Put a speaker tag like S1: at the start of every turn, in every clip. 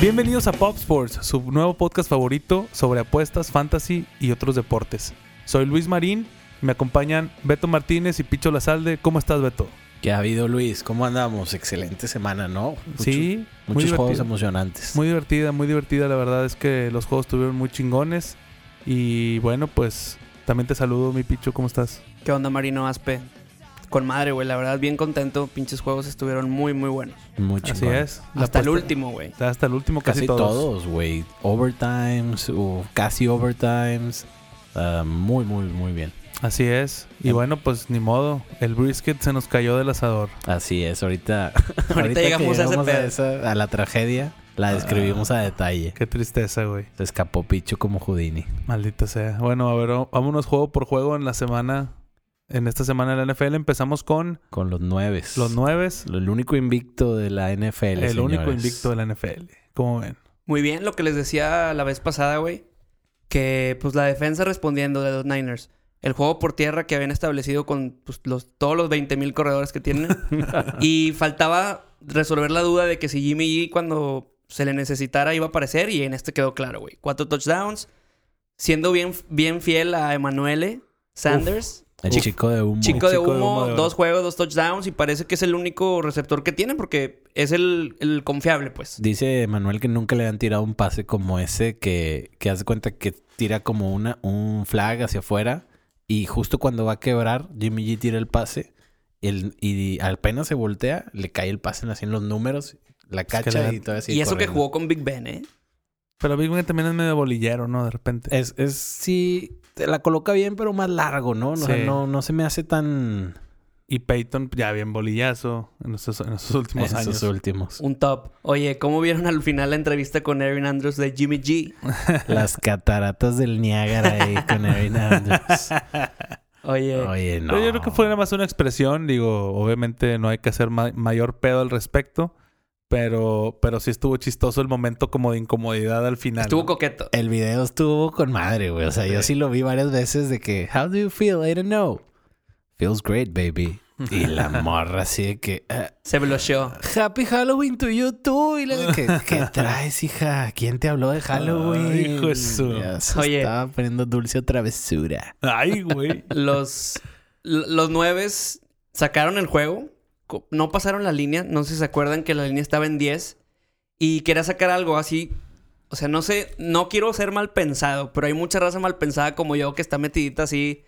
S1: Bienvenidos a Pop Sports, su nuevo podcast favorito sobre apuestas, fantasy y otros deportes. Soy Luis Marín, me acompañan Beto Martínez y Picho Lazalde. ¿Cómo estás, Beto?
S2: ¿Qué ha habido, Luis? ¿Cómo andamos? Excelente semana, ¿no? Mucho-
S1: sí, muy
S2: Muchos juegos
S1: divertida.
S2: emocionantes.
S1: Muy divertida, muy divertida. La verdad es que los juegos estuvieron muy chingones. Y bueno, pues también te saludo, mi Picho. ¿Cómo estás?
S3: ¿Qué onda, Marino Aspe? Con madre, güey, la verdad, bien contento. Pinches juegos estuvieron muy, muy buenos.
S2: Muy
S1: Así
S2: chingón.
S1: es. La
S3: Hasta el
S1: apuesta-
S3: último, güey.
S1: Hasta el último, casi,
S2: Casi
S1: todos.
S2: todos, güey. Overtimes o casi overtimes. Ah, muy, muy, muy bien.
S1: Así es. Y
S2: Em-
S1: bueno, pues ni modo. El brisket se nos cayó del asador.
S2: Así es. Ahorita, que
S3: llegamos a ese pedo.
S2: esa- a la tragedia.
S1: Ah.
S2: La describimos a detalle.
S1: Qué tristeza, güey.
S2: Se escapó Picho como Houdini.
S1: Maldita sea. Bueno, a ver, o- vámonos juego por juego en la semana. En esta semana de la NFL empezamos con
S2: Con los nueves.
S1: los nueves,
S2: El único invicto de la NFL.
S1: el único
S2: señores.
S1: invicto de la NFL. ¿Cómo ven?
S3: Muy bien, lo que les decía la vez pasada, güey. Que, pues, la defensa respondiendo de los Niners. El juego por tierra que habían establecido con pues, los, todos los 20.000 mil corredores que tienen. y faltaba resolver la duda de que si Jimmy G cuando se le necesitara iba a aparecer. Y en este quedó claro, güey. Cuatro touchdowns. Siendo bien, bien fiel a Emanuele Sanders.
S2: El
S3: Uf.
S2: chico de humo.
S3: Chico, de
S1: chico
S3: humo,
S1: de humo de oro.
S3: dos juegos, dos touchdowns y parece que es el único receptor que tiene porque es el, el confiable, pues.
S2: Dice Manuel que nunca le han tirado un pase como ese que, que hace cuenta que tira como una, un flag hacia afuera y justo cuando va a quebrar, Jimmy G tira el pase el- y apenas se voltea, le cae el pase en así en los números, la
S1: Pues que
S2: cacha
S1: le-
S2: y todavía sigue
S3: y eso que
S2: corriendo.
S3: jugó con Big Ben, ¿eh?
S1: Pero Big Ben también es medio bolillero, ¿no? De repente. Eh,
S2: Es, es sí, te la coloca bien, pero más largo, ¿no? O sea,
S1: Sí.
S2: no, no se me hace tan
S1: Y Peyton ya bien bolillazo en esos, en esos
S2: en
S1: últimos años.
S2: esos últimos.
S3: Un top. Oye, ¿cómo vieron al final la entrevista con Aaron Andrews de Jimmy G?
S2: Las cataratas del Niágara ahí con Erin Andrews.
S3: Oye,
S2: Oye, no.
S1: Pero yo creo que fue nada más una expresión. Digo, obviamente no hay que hacer ma- mayor pedo al respecto. Pero, pero sí estuvo chistoso el momento como de incomodidad al final.
S3: estuvo
S1: ¿no?
S3: coqueto.
S2: El video estuvo con madre, güey. O sea, yo sí lo vi varias veces de que, How do you feel? I don't know. Feels great, baby. Y la morra así de que, "Ah,
S3: Se bloqueó.
S2: Happy Halloween to you too. Y la de que, ¿qué traes, hija? ¿Quién te habló de Halloween?
S1: Ay, hijo de su-
S2: Ya se
S3: Oye.
S2: Estaba poniendo dulce o travesura.
S1: Ay, güey.
S3: Los, l- los nueves sacaron el juego. co- No pasaron la línea. No sé si se acuerdan que la línea estaba en 10. Y quería sacar algo así. O sea, no sé. No quiero ser mal pensado. Pero hay mucha raza mal pensada como yo que está metidita así.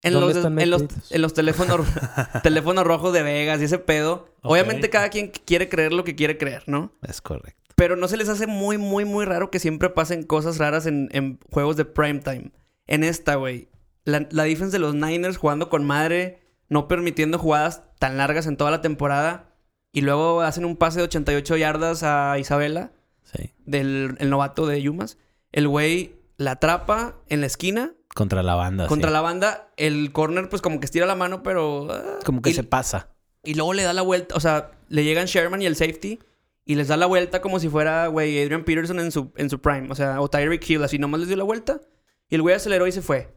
S3: En
S4: ¿Dónde
S3: los,
S4: están
S3: en, los,
S4: metidos?
S3: en los teléfonos teléfonos rojos de Vegas y ese pedo.
S1: Ok.
S3: Obviamente cada quien quiere creer lo que quiere creer, ¿no?
S2: Es correcto.
S3: Pero no se les hace muy, muy, muy raro que siempre pasen cosas raras en, en juegos de primetime. En esta, güey. La, la defense de los Niners jugando con madre, no permitiendo jugadas tan largas en toda la temporada. Y luego hacen un pase de 88 yardas a Isabela,
S2: Sí.
S3: del el novato de Yumas. El güey la atrapa en la esquina,
S2: Contra la banda.
S3: contra
S2: Ah, sí.
S3: la banda. El corner, pues como que estira la mano, pero. ah,
S2: Como que
S3: y-
S2: se pasa.
S3: y luego le da la vuelta, o sea, le llegan Sherman y el safety y les da la vuelta como si fuera, güey, Adrian Peterson en su, en su prime. O sea, o Tyreek Hill, así nomás les dio la vuelta y el güey aceleró y se fue.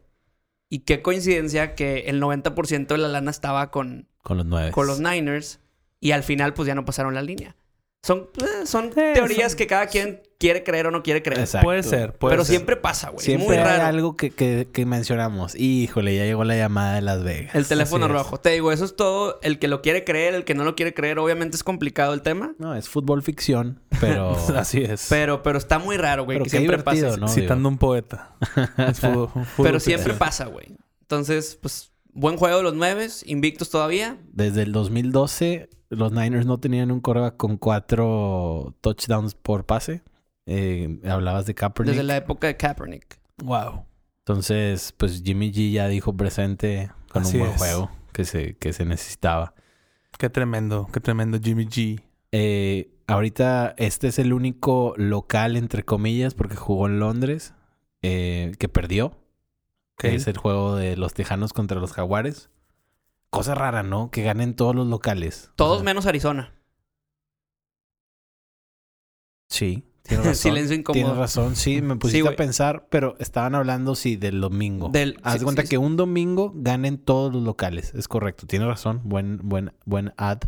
S3: Y qué coincidencia que el 90% de la lana estaba con,
S2: Con los nueve.
S3: con los Niners y al final pues ya no pasaron la línea. Son, eh, son
S1: Eh,
S3: teorías
S1: son-
S3: que cada quien quiere creer o no quiere creer.
S2: Exacto.
S1: Puede ser, puede
S3: Pero
S1: ser.
S3: siempre pasa, güey.
S2: Siempre
S3: Muy
S2: hay
S3: raro.
S2: algo que, que, que mencionamos. Híjole, ya llegó la llamada de Las Vegas.
S3: El teléfono
S2: Así es.
S3: rojo. Te digo, eso es todo. El que lo quiere creer, el que no lo quiere creer, obviamente es complicado el tema.
S2: No, es fútbol ficción, pero...
S1: Así es.
S3: Pero, pero está muy raro, güey,
S2: Pero
S3: que
S2: qué
S3: siempre pasa.
S2: divertido,
S3: eso.
S2: ¿no?
S1: Citando un poeta. Es fútbol- fútbol
S3: Pero siempre
S1: ficción.
S3: pasa, güey. Entonces, pues, buen juego de los nueves, invictos todavía.
S2: Desde el 2012, los Niners no tenían un coreback con cuatro touchdowns por pase. Eh, hablabas de Kaepernick.
S3: Desde la época de Kaepernick.
S1: Wow.
S2: Entonces, pues Jimmy G ya dijo presente con
S1: Así
S2: un buen
S1: es.
S2: juego que se, que se necesitaba.
S1: Qué tremendo, qué tremendo Jimmy G.
S2: Eh, ahorita este es el único local, entre comillas, porque jugó en Londres, eh, que perdió.
S1: Ok.
S2: Que es el juego de los Tejanos contra los Jaguares. Cosa rara, ¿no? Que ganen todos los locales.
S3: Todos
S2: menos
S3: menos Arizona.
S2: Ah, Sí, tienes razón.
S3: Silencio incómodo.
S2: Tienes razón, sí, me pusiste
S3: güey.
S2: a pensar, pero estaban hablando, sí, del domingo.
S3: Del-
S2: Haz
S3: sí,
S2: de cuenta
S3: sí,
S2: que un domingo ganen todos los locales, es correcto, tienes razón, buen, buen, buen ad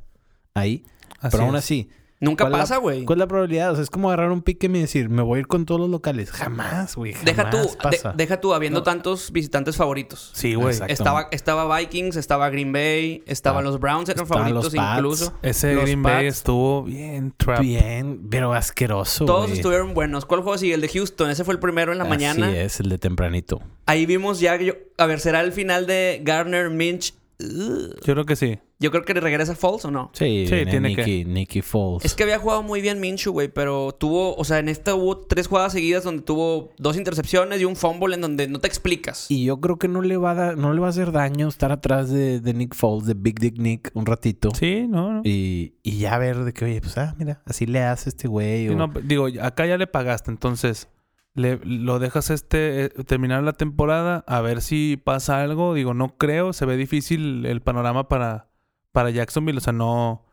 S2: ahí.
S1: Así
S2: pero aún
S1: es.
S2: así,
S3: Nunca
S2: ¿Cuál es la-
S3: pasa, güey.
S2: ¿Cuál es la probabilidad? O sea, es como agarrar un pique y decir, me voy a ir con todos los locales. Jamás, güey.
S3: Deja tú,
S2: jamás
S3: de-
S2: pasa.
S3: deja tú, habiendo tantos visitantes favoritos.
S1: Sí, güey.
S2: Exacto.
S3: Estaba, estaba Vikings, estaba Green Bay, estaban
S2: Ah,
S3: los Browns, eran
S2: estaban los
S3: favoritos
S2: Pats.
S3: incluso.
S1: Ese
S3: Los
S1: Green Bay
S3: Pats.
S1: estuvo bien trap.
S2: Bien, pero asqueroso.
S3: Todos
S2: güey.
S3: estuvieron buenos. ¿Cuál juego sigue? El de Houston. Ese fue el primero en la mañana.
S2: Así es, el de tempranito.
S3: Ahí vimos ya. yo- a ver, ¿será el final de Garner Minch? Ugh.
S1: Yo creo que sí.
S3: Yo creo que regresa Falls o no.
S2: Sí,
S1: Sí,
S2: viene
S1: tiene
S2: Nicky, Nicky Foles.
S3: Es que había jugado muy bien Minshew, güey, pero tuvo, o sea, en esta hubo tres jugadas seguidas donde tuvo dos intercepciones y un fumble en donde no te explicas.
S2: Y yo creo que no le va a da- no le va a hacer daño estar atrás de, de Nick Foles, de Big Dick Nick, un ratito.
S1: Sí, no, no.
S2: Y, y ya ver de que, oye, pues ah, mira, así le hace este güey.
S1: Sí,
S2: o-
S1: no, digo, acá ya le pagaste, entonces le, lo dejas este eh, terminar la temporada a ver si pasa algo. Digo, no creo, se ve difícil el panorama para, para Jacksonville, o sea, no,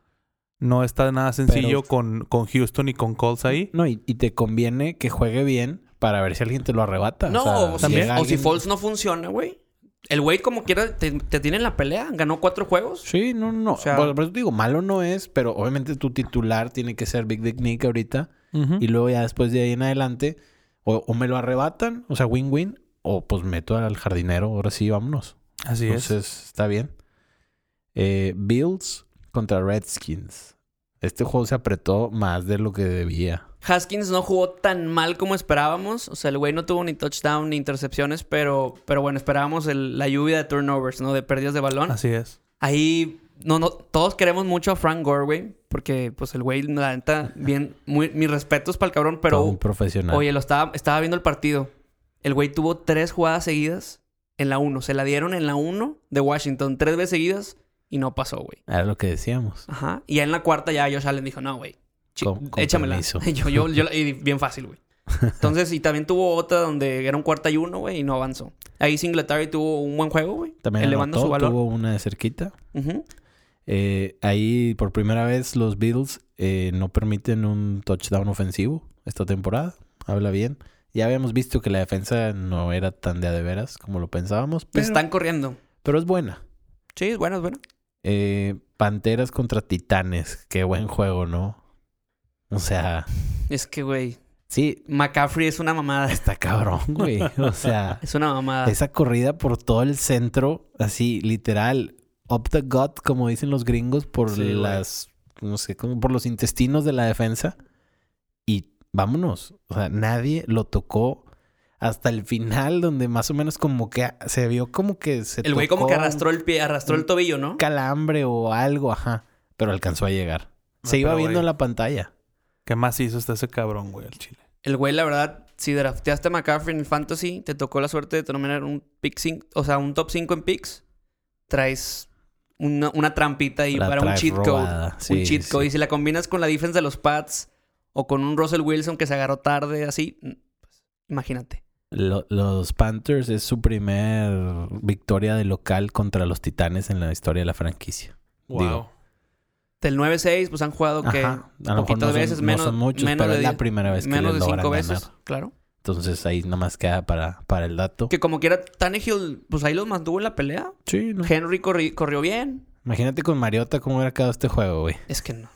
S1: no está nada sencillo con, con Houston y con Colts ahí.
S2: No, y, y te conviene que juegue bien para ver si alguien te lo arrebata.
S3: no, o, si-
S1: también-
S2: llega
S3: o si
S2: alguien-
S3: Falls no funciona, güey. El güey, como quiera, te, te tiene en la pelea. Ganó cuatro juegos.
S2: Sí, no, no, no.
S3: O sea-
S2: por, por eso te digo, malo no es, pero obviamente tu titular tiene que ser Big Dick Nick ahorita.
S1: Ujú.
S2: Y luego ya después de ahí en adelante, o, o me lo arrebatan, o sea, win-win, o pues meto al jardinero, ahora sí, vámonos.
S1: Así es.
S2: Entonces, está bien. Eh, Bills contra Redskins. Este juego se apretó más de lo que debía.
S3: Haskins no jugó tan mal como esperábamos. O sea, el güey no tuvo ni touchdown ni intercepciones, pero, pero bueno, esperábamos el- la lluvia de turnovers, ¿no? De pérdidas de balón.
S1: Así es.
S3: Ahí, no, no, todos queremos mucho a Frank Gore, güey, porque pues el güey, la neta, bien, muy, mis respetos para el cabrón, pero
S2: Todo un profesional.
S3: Oye, lo estaba, estaba viendo el partido. El güey tuvo tres jugadas seguidas en la 1. Se la dieron en la 1 de Washington tres veces seguidas y no pasó, güey.
S2: Era lo que decíamos.
S3: Ajá. Y ya en la cuarta ya Josh Allen dijo, no, güey. chi-
S2: Con- con
S3: Échamela.
S2: permiso.
S3: Yo, yo, yo la- y bien fácil, güey. Entonces, y también tuvo otra donde era un cuarta y uno, güey, y no avanzó. Ahí Singletary tuvo un buen juego, güey.
S2: También
S3: elevando
S2: anotó,
S3: su valor.
S2: tuvo una de cerquita.
S3: Ujú.
S2: Eh, ahí por primera vez los Bills eh, no permiten un touchdown ofensivo esta temporada. Habla bien. Ya habíamos visto que la defensa no era tan de a de veras como lo pensábamos, pero,
S3: Están corriendo.
S2: pero es buena.
S3: Sí, es bueno, es bueno.
S2: Eh, Panteras contra Titanes. Qué buen juego, ¿no? O sea,
S3: Es que, güey,
S2: sí,
S3: McCaffrey es una mamada.
S2: está cabrón, güey. O sea,
S3: Es una mamada.
S2: esa corrida por todo el centro, así, literal, up the gut, como dicen los gringos, por
S3: Sí, güey.
S2: las, no sé, como por los intestinos de la defensa. Y vámonos. O sea, nadie lo tocó hasta el final, donde más o menos como que se vio como que se
S3: El güey como que
S2: tocó Mm. un
S3: arrastró el pie, arrastró el tobillo, ¿no?
S2: calambre o algo, ajá. Pero alcanzó a llegar.
S1: No,
S2: Se iba
S1: pero,
S2: viendo
S1: güey.
S2: en la pantalla.
S1: ¿Qué más hizo hasta ese cabrón, güey, al Chile?
S3: El güey, la verdad, si drafteaste a McCaffrey en el fantasy, te tocó la suerte de terminar un pick cin- o sea, un top 5 en picks, traes una, una trampita ahí
S2: La
S3: para un
S2: traes
S3: cheat
S2: robada.
S3: code. un
S2: Sí,
S3: cheat
S2: sí.
S3: code. Y si la combinas con la defensa de los Pats o con un Russell Wilson que se agarró tarde, así, mm, pues, imagínate.
S2: Lo- los Panthers es su primer victoria de local contra los Titanes en la historia de la franquicia.
S1: Wow.
S2: Digo,
S3: Del 9-6, pues han jugado que
S2: Ajá. A lo mejor
S3: poquitas
S2: no son,
S3: veces,
S2: no
S3: menos,
S2: son muchos,
S3: menos
S2: pero
S3: de
S2: es la
S3: diez-
S2: primera vez que
S3: menos de
S2: les logran
S3: 5
S2: ganar.
S3: veces. Claro.
S2: Entonces ahí nomás queda para, para el dato.
S3: Que como quiera, Tannehill, pues ahí los mantuvo en la pelea.
S2: Sí, ¿no?
S3: Henry corri- corrió bien,
S2: Imagínate con Mariota cómo hubiera quedado este juego, güey.
S3: Es que no.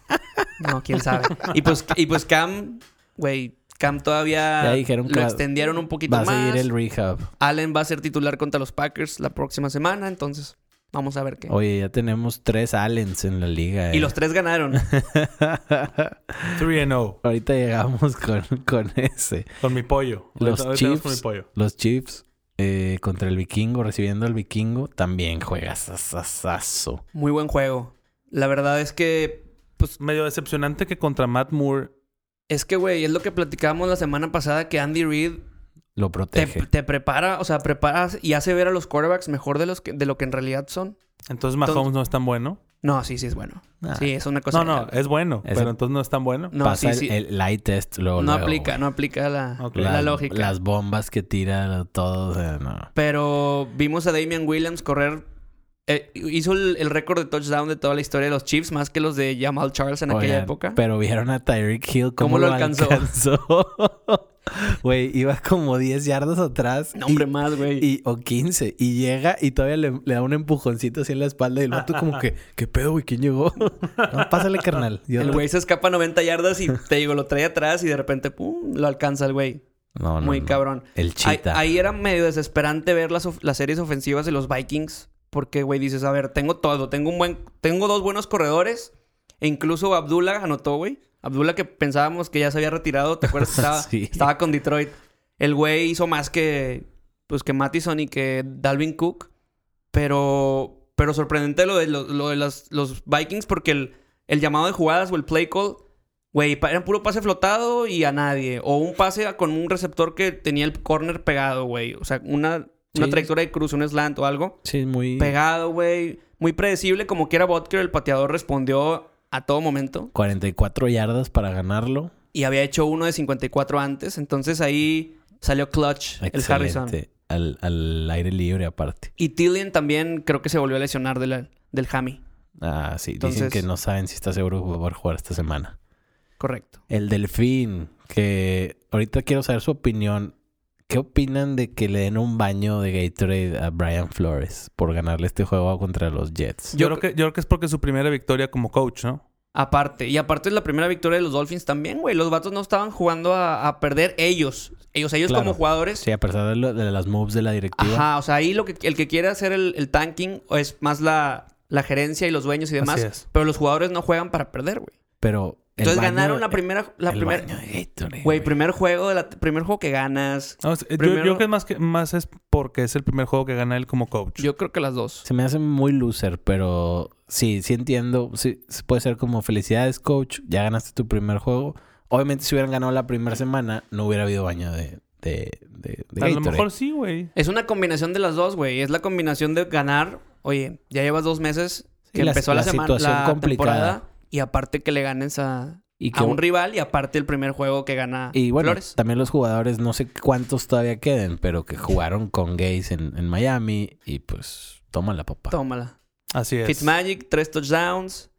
S3: No, quién sabe. Y pues, y pues Cam, güey, Cam todavía
S2: Ya dijeron que
S3: lo
S2: va-
S3: extendieron un poquito
S2: Va a
S3: más.
S2: seguir el rehab.
S3: Allen va a ser titular contra los Packers la próxima semana, entonces vamos a ver qué.
S2: Oye, ya tenemos tres Allens en la liga.
S3: Y
S2: eh.
S3: los tres ganaron.
S1: 3 and 0
S2: Ahorita llegamos con, con ese.
S1: con mi pollo.
S2: Los
S1: Ahorita- ahorita vamos con mi
S2: Chiefs.
S1: pollo.
S2: Los Chiefs eh, contra el Vikingo, recibiendo al Vikingo, también juega sasasazo.
S3: Muy buen juego. La verdad es que, pues,
S1: Medio decepcionante que contra Matt Moore
S3: es que, güey, es lo que platicábamos la semana pasada que Andy Reid
S2: Lo
S3: te,
S2: protege.
S3: te prepara, o sea, prepara y hace ver a los quarterbacks mejor de, los que, de lo que en realidad son.
S1: Entonces Mahomes
S3: Entonces-
S1: no es tan bueno.
S3: No, sí, sí es bueno.
S2: Ah,
S3: Sí, es una cosa.
S1: no, no, es bueno,
S2: Ese-
S1: pero entonces no es tan bueno.
S3: No,
S2: pasa
S3: sí,
S2: el-
S3: sí.
S2: el, light test luego.
S3: no
S2: luego,
S3: aplica,
S2: güey.
S3: no aplica la,
S1: Ok.
S3: la
S2: Las-
S3: lógica.
S2: Las bombas que tira todo. o sea, no.
S3: Pero vimos a Damian Williams correr. eh, hizo el, el récord de touchdown de toda la historia de los Chiefs, más que los de Jamal Charles en aquella
S2: Oigan,
S3: época.
S2: Pero vieron a Tyreek Hill cómo,
S3: ¿Cómo lo
S2: lo
S3: alcanzó?
S2: alcanzó. Güey, iba como 10 yardas atrás.
S3: No, hombre,
S2: y-
S3: más, güey.
S2: y- o 15. Y llega y todavía le, le da un empujoncito así en la espalda. Y el vato como que, ¿qué pedo, güey? ¿Quién llegó? No, pásale, carnal. Yo
S3: El
S2: no-
S3: güey se escapa 90 yardas y te digo, lo trae atrás y de repente, pum, lo alcanza el güey.
S2: No, no,
S3: Muy
S2: no.
S3: cabrón.
S2: El
S3: Ahí,
S2: chita.
S3: ahí era medio desesperante ver las, of- las series ofensivas de los Vikings. Porque, güey, dices, a ver, tengo todo. Tengo un buen... Tengo dos buenos corredores. E incluso Abdullah anotó, güey. Abdullah que pensábamos que ya se había retirado. ¿Te acuerdas? Estaba,
S2: Sí.
S3: estaba con Detroit. El güey hizo más que... Pues que Mattison y que Dalvin Cook. Pero... Pero sorprendente lo de, lo, lo de las- los Vikings porque el, el llamado de jugadas o el play call... Güey, pa- era puro pase flotado y a nadie. O un pase a- con un receptor que tenía el corner pegado, güey. O sea, una, una
S2: Sí.
S3: trayectoria de cruz, un slant o algo.
S2: Sí, muy...
S3: Pegado, güey. Muy predecible, como quiera Butker, el pateador respondió a todo momento.
S2: 44 yardas para ganarlo.
S3: Y había hecho uno de 54 antes. Entonces ahí salió clutch el Harrison.
S2: Excelente. Al, al aire libre aparte.
S3: Y Tillian también creo que se volvió a lesionar de la- del hammy.
S2: Ah, sí. Dicen
S3: Entonces-
S2: que no saben si está seguro que va a poder jugar esta semana.
S3: Correcto.
S2: El delfín, que ahorita quiero saber su opinión. ¿Qué opinan de que le den un baño de Gatorade a Brian Flores por ganarle este juego contra los Jets?
S1: Yo,
S3: Yo
S1: creo que, yo creo que es porque es su primera victoria como coach, ¿no?
S3: Aparte. Y aparte es la primera victoria de los Dolphins también, güey. Los vatos no estaban jugando a, a perder ellos. Ellos, ellos
S2: Claro.
S3: como jugadores.
S2: Sí, a pesar de, lo- de las moves de la directiva.
S3: Ajá, o sea, ahí lo que, el que quiere hacer el, el tanking es más la, la gerencia y los dueños y demás.
S1: Así es.
S3: Pero los jugadores no juegan para perder, güey.
S2: Pero. el
S3: Entonces
S2: baño-
S3: ganaron la primera... La
S2: el
S3: primer,
S2: baño de Gatorade.
S3: güey, primer juego, de la, primer juego que ganas.
S1: No, es- yo- yo,
S3: Primero-
S1: creo que más, que más es porque es el primer juego que gana él como coach.
S3: Yo creo que las dos.
S2: Se me hace muy loser, pero sí, sí entiendo. Sí, sí puede ser como felicidades, coach. Ya ganaste tu primer juego. Obviamente, si hubieran ganado la primera semana, no hubiera habido baño de, de, de, de
S1: a lo
S2: Gatorade.
S1: mejor sí, güey.
S3: Es una combinación de las dos, güey. Es la combinación de ganar... Oye, ya llevas dos meses que
S2: la-
S3: empezó la,
S2: la
S3: semana,
S2: situación
S3: la
S2: complicada.
S3: temporada. Y aparte que le ganes a,
S2: Y
S3: a un rival. Y aparte el primer juego que gana
S2: Y bueno,
S3: Flores.
S2: también los jugadores, no sé cuántos todavía queden, pero que jugaron con gays en, en Miami y pues toma la papá.
S3: Tómala.
S1: Así es.
S3: Fitzmagic, tres touchdowns.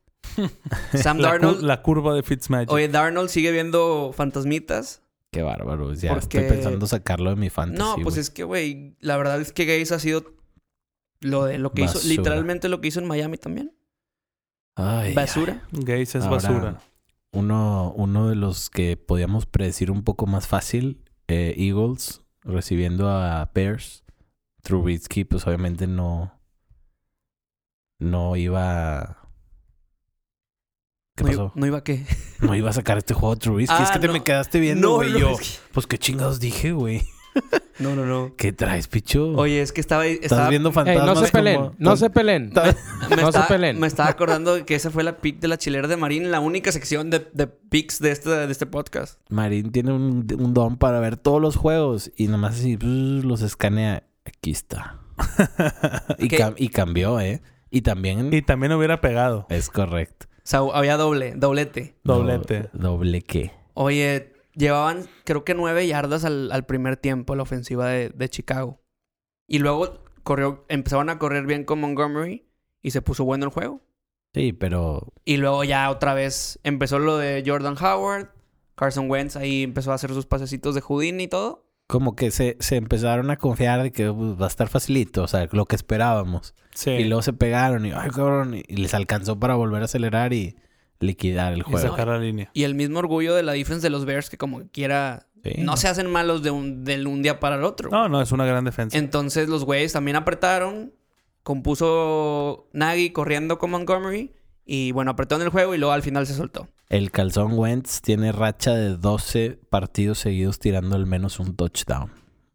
S3: Sam
S1: La, cu-
S3: Darnold...
S1: la curva de Fitzmagic.
S3: Oye, Darnold sigue viendo fantasmitas.
S2: Qué bárbaro. Ya
S3: Porque-
S2: estoy pensando sacarlo de mi fantasy.
S3: no, pues
S2: güey.
S3: es que, güey, la verdad es que Gaze ha sido lo de lo que hizo,
S2: Basura.
S3: literalmente lo que hizo en Miami también.
S2: Ay,
S3: Basura.
S1: Gays es
S2: Ahora,
S1: basura.
S2: Uno, uno de los que podíamos predecir un poco más fácil, eh, Eagles, recibiendo a Bears. Trubisky, pues obviamente no. No iba. ¿Qué
S3: no,
S2: pasó?
S3: Iba, no iba a qué.
S2: No iba a sacar este juego Trubisky.
S3: Ah,
S2: es que te
S3: no.
S2: me quedaste viendo,
S3: No,
S2: güey.
S3: no,
S2: yo,
S3: es
S2: pues qué chingados dije, güey.
S3: No, no, no.
S2: ¿Qué traes, picho?
S3: Oye, es que estaba.
S2: estás
S3: estaba
S2: viendo
S4: Ey,
S2: fantasmas.
S4: no se
S2: como-
S4: peleen, no se peleen.
S3: me,
S4: no se
S3: estaba,
S4: peleen.
S3: me estaba acordando de que esa fue la pick de la chilera de Marín, la única sección de, de picks de este, de este podcast.
S2: Marín tiene un, un don para ver todos los juegos y nomás así pues, los escanea. Aquí está. y,
S3: ¿Qué?
S2: cam- y cambió, ¿eh? Y también
S1: Y también hubiera pegado.
S2: es correcto.
S3: O sea, había doble, doblete.
S2: Do-
S1: Doblete.
S2: doble qué.
S3: Oye, llevaban creo que nueve yardas al, al primer tiempo la ofensiva de, de Chicago. Y luego corrió, empezaron a correr bien con Montgomery y se puso bueno el juego.
S2: Sí, pero
S3: Y luego ya otra vez empezó lo de Jordan Howard, Carson Wentz ahí empezó a hacer sus pasecitos de Houdini y todo.
S2: como que se, se empezaron a confiar de que pues, va a estar facilito, o sea, lo que esperábamos.
S1: Sí.
S2: Y luego se pegaron y, ay, cabrón, y les alcanzó para volver a acelerar y liquidar el
S1: Y
S2: juego.
S1: sacar la línea.
S3: Y el mismo orgullo de la defensa de los Bears que como quiera
S2: Sí.
S3: no se hacen malos de un, del un día para el otro.
S1: No, no, es una gran defensa.
S3: Entonces los güeyes también apretaron. Compuso Nagy corriendo con Montgomery. Y bueno, apretó en el juego y luego al final se soltó.
S2: El calzón Wentz tiene racha de 12 partidos seguidos tirando al menos un touchdown.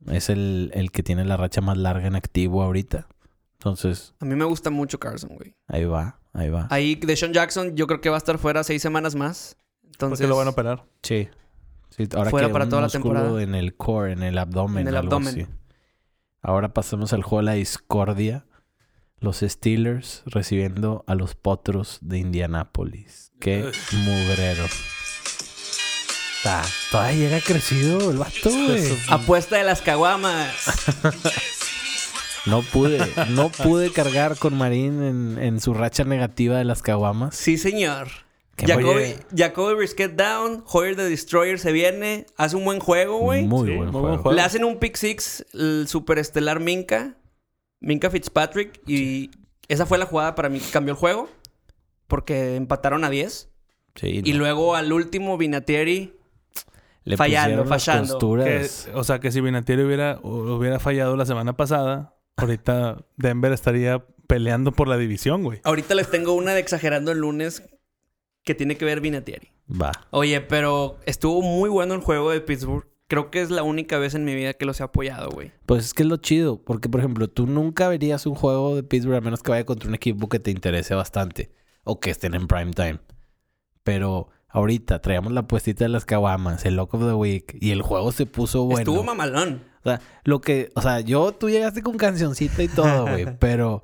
S2: Es el, el que tiene la racha más larga en activo ahorita. Entonces,
S3: A mí me gusta mucho Carson, güey.
S2: ahí va, ahí va.
S3: Ahí Deshaun Jackson yo creo que va a estar fuera seis semanas más.
S1: Porque
S3: Entonces,
S1: lo van a operar.
S2: Sí. Sí, ahora
S3: Fuera
S2: que
S3: para
S2: un
S3: toda la
S2: músculo
S3: temporada.
S2: en el core, en el abdomen,
S3: En el
S2: algo
S3: abdomen.
S2: así. Ahora pasamos al juego de la discordia. Los Steelers recibiendo a los Potros de Indianápolis. Qué mugrero. Ta, todavía llega crecido el vato, güey.
S3: apuesta de las
S1: Ah.
S3: caguamas.
S2: No pude, no pude cargar con Marín en, en su racha negativa de las caguamas.
S3: sí, señor.
S2: Que
S3: Jacoby,
S2: oye,
S3: Jacoby Brisket down, Hoyer the Destroyer se viene, hace un buen juego, güey.
S2: Muy
S4: Sí,
S2: buen
S4: muy
S2: juego.
S4: buen juego.
S3: Le hacen un pick six, el superestelar Minka, Minka Fitzpatrick, y esa fue la jugada para mí que cambió el juego, porque empataron a 10.
S2: Sí,
S3: Y
S2: no.
S3: luego al último Vinatieri,
S2: Le
S3: fallando,
S2: pusieron las
S3: fallando.
S1: Que-
S2: costuras.
S3: Pues.
S1: o sea, que si Vinatieri hubiera, hubiera fallado la semana pasada, ahorita Denver estaría peleando por la división, güey.
S3: ahorita les tengo una de exagerando el lunes que tiene que ver Vinatieri.
S2: Va.
S3: Oye, pero estuvo muy bueno el juego de Pittsburgh. Creo que es la única vez en mi vida que los he apoyado, güey.
S2: Pues es que es lo chido, porque por ejemplo, tú nunca verías un juego de Pittsburgh a menos que vaya contra un equipo que te interese bastante o que estén en prime time. Pero ahorita traíamos la puestita de las caguamas, el Lock of the Week y el juego se puso bueno.
S3: Estuvo mamalón.
S2: o sea, lo que, o sea, yo tú llegaste con cancioncita y todo, güey, pero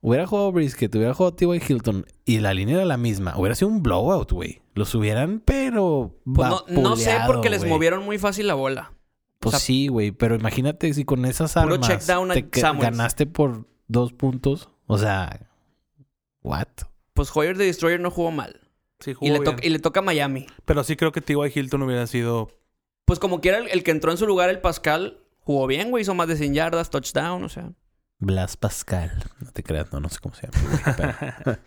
S2: hubiera jugado Brisket, hubiera jugado T.Y. Hilton y la línea era la misma, hubiera sido un blowout, güey. Los hubieran, pero
S3: Pues no, no sé
S2: vapuleado,
S3: porque les
S2: güey.
S3: movieron muy fácil la bola.
S2: Pues
S3: O sea,
S2: sí, güey, pero imagínate si con esas
S3: puro
S2: armas
S3: check down a
S2: te que-
S3: Samuels.
S2: ganaste por dos puntos. O sea, what?
S3: Pues Hoyer the Destroyer no jugó mal.
S1: Sí,
S3: Y le, toca- y le toca a Miami.
S1: Pero sí creo que T.Y. Hilton hubiera sido...
S3: Pues como quiera, el, el que entró en su lugar, el Pascal, jugó bien, güey. Hizo más de 100 yardas, touchdown, o sea.
S2: Blas Pascal. No te creas, no, no sé cómo se llama. güey, pero-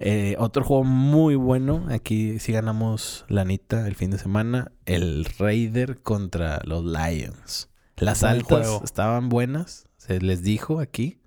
S2: Eh, otro juego muy bueno. Aquí sí ganamos lanita el fin de semana. El Raider contra los Lions. Las
S1: Buen
S2: altas
S1: juego.
S2: estaban buenas. Se les dijo aquí.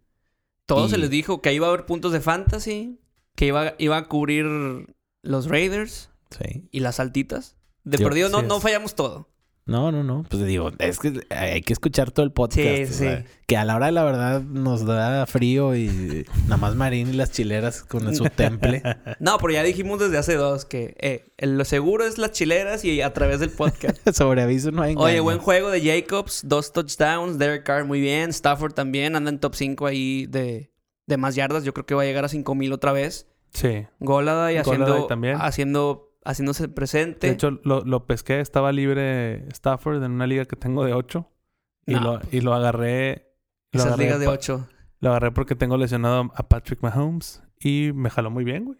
S3: Todo se
S2: Y-
S3: les dijo que iba a haber puntos de fantasy, que iba, iba a cubrir los Raiders
S2: Sí.
S3: y las altitas. De
S2: Yo-
S3: perdido no,
S2: sí
S3: no
S2: es.
S3: fallamos todo.
S2: No, no, no. Pues digo, es que hay que escuchar todo el podcast.
S3: Sí,
S2: o
S3: sí.
S2: sea, que a la hora de la verdad nos da frío y nada más Marín y las chileras con su temple.
S3: No, pero ya dijimos desde hace dos que eh, el- lo seguro es las chileras y a través del podcast.
S2: Sobre aviso no hay engaño.
S3: Oye, buen juego de Jacobs, dos touchdowns, Derek Carr muy bien, Stafford también, anda en top 5 ahí de, de más yardas. Yo creo que va a llegar a 5000 otra vez.
S1: Sí.
S3: Golada y
S1: Golladay
S3: haciendo,
S1: también.
S3: haciendo, haciéndose presente.
S1: De hecho, lo, lo pesqué. Estaba libre Stafford en una liga que tengo de 8. Y,
S3: No,
S1: lo, y lo agarré... Lo
S3: esas
S1: agarré
S3: ligas de
S1: pa-
S3: 8.
S1: Lo agarré porque tengo lesionado a Patrick Mahomes. Y me jaló muy bien, güey.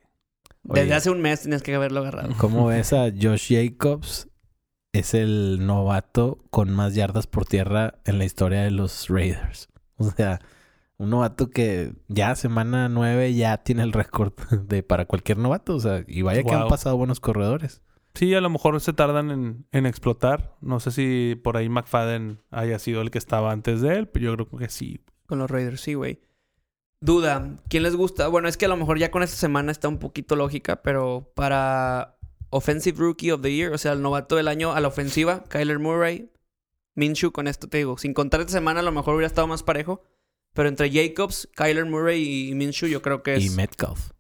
S2: Oye.
S3: Desde hace un mes tienes que haberlo agarrado.
S2: ¿Cómo ves a Josh Jacobs? Es el novato con más yardas por tierra en la historia de los Raiders. O sea, un novato que ya semana 9 ya tiene el récord de para cualquier novato. O sea, y vaya que han
S1: Wow.
S2: pasado buenos corredores.
S1: Sí, a lo mejor se tardan en, en explotar. No sé si por ahí McFadden haya sido el que estaba antes de él. Pero yo creo que sí.
S3: Con los Raiders, sí, güey. Duda, ¿quién les gusta? Bueno, es que a lo mejor ya con esta semana está un poquito lógica, pero para Offensive Rookie of the Year, o sea, el novato del año a la ofensiva, Kyler Murray, Minshew, con esto te digo, sin contar esta semana a lo mejor hubiera estado más parejo, pero entre Jacobs, Kyler Murray y Minshew yo creo que es...
S2: Y Metcalf.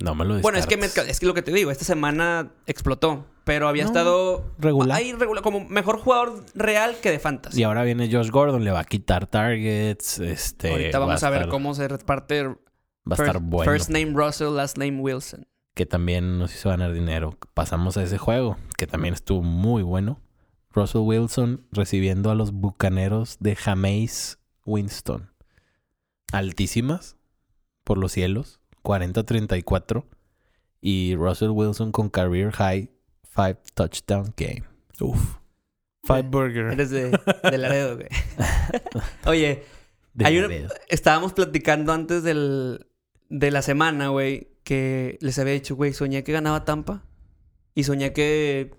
S2: No me lo
S3: bueno, es que
S2: descartes.
S3: Metcalf- es que lo que te digo, esta semana explotó, pero había
S2: No.
S3: estado
S2: Regular.
S3: ahí regular, como mejor jugador real que de fantasy.
S2: Y ahora viene Josh Gordon, le va a quitar targets. Este,
S3: Ahorita
S2: va
S3: vamos a ver
S2: estar-
S3: cómo se reparte
S2: Va a
S3: First-
S2: estar bueno.
S3: First name Russell, last name Wilson.
S2: Que también nos hizo ganar dinero. Pasamos a ese juego, que también estuvo muy bueno. Russell Wilson recibiendo a los bucaneros de Jameis Winston. Altísimas por los cielos. 40-34. Y Russell Wilson con career high. Five touchdown game. Uf.
S1: Five
S3: Eh,
S1: Burger.
S3: Eres de, de Laredo, güey. Oye,
S2: De
S3: Hay una-
S2: Laredo.
S3: estábamos platicando antes del, de la semana, güey, que les había dicho, güey, soñé que ganaba Tampa y soñé que,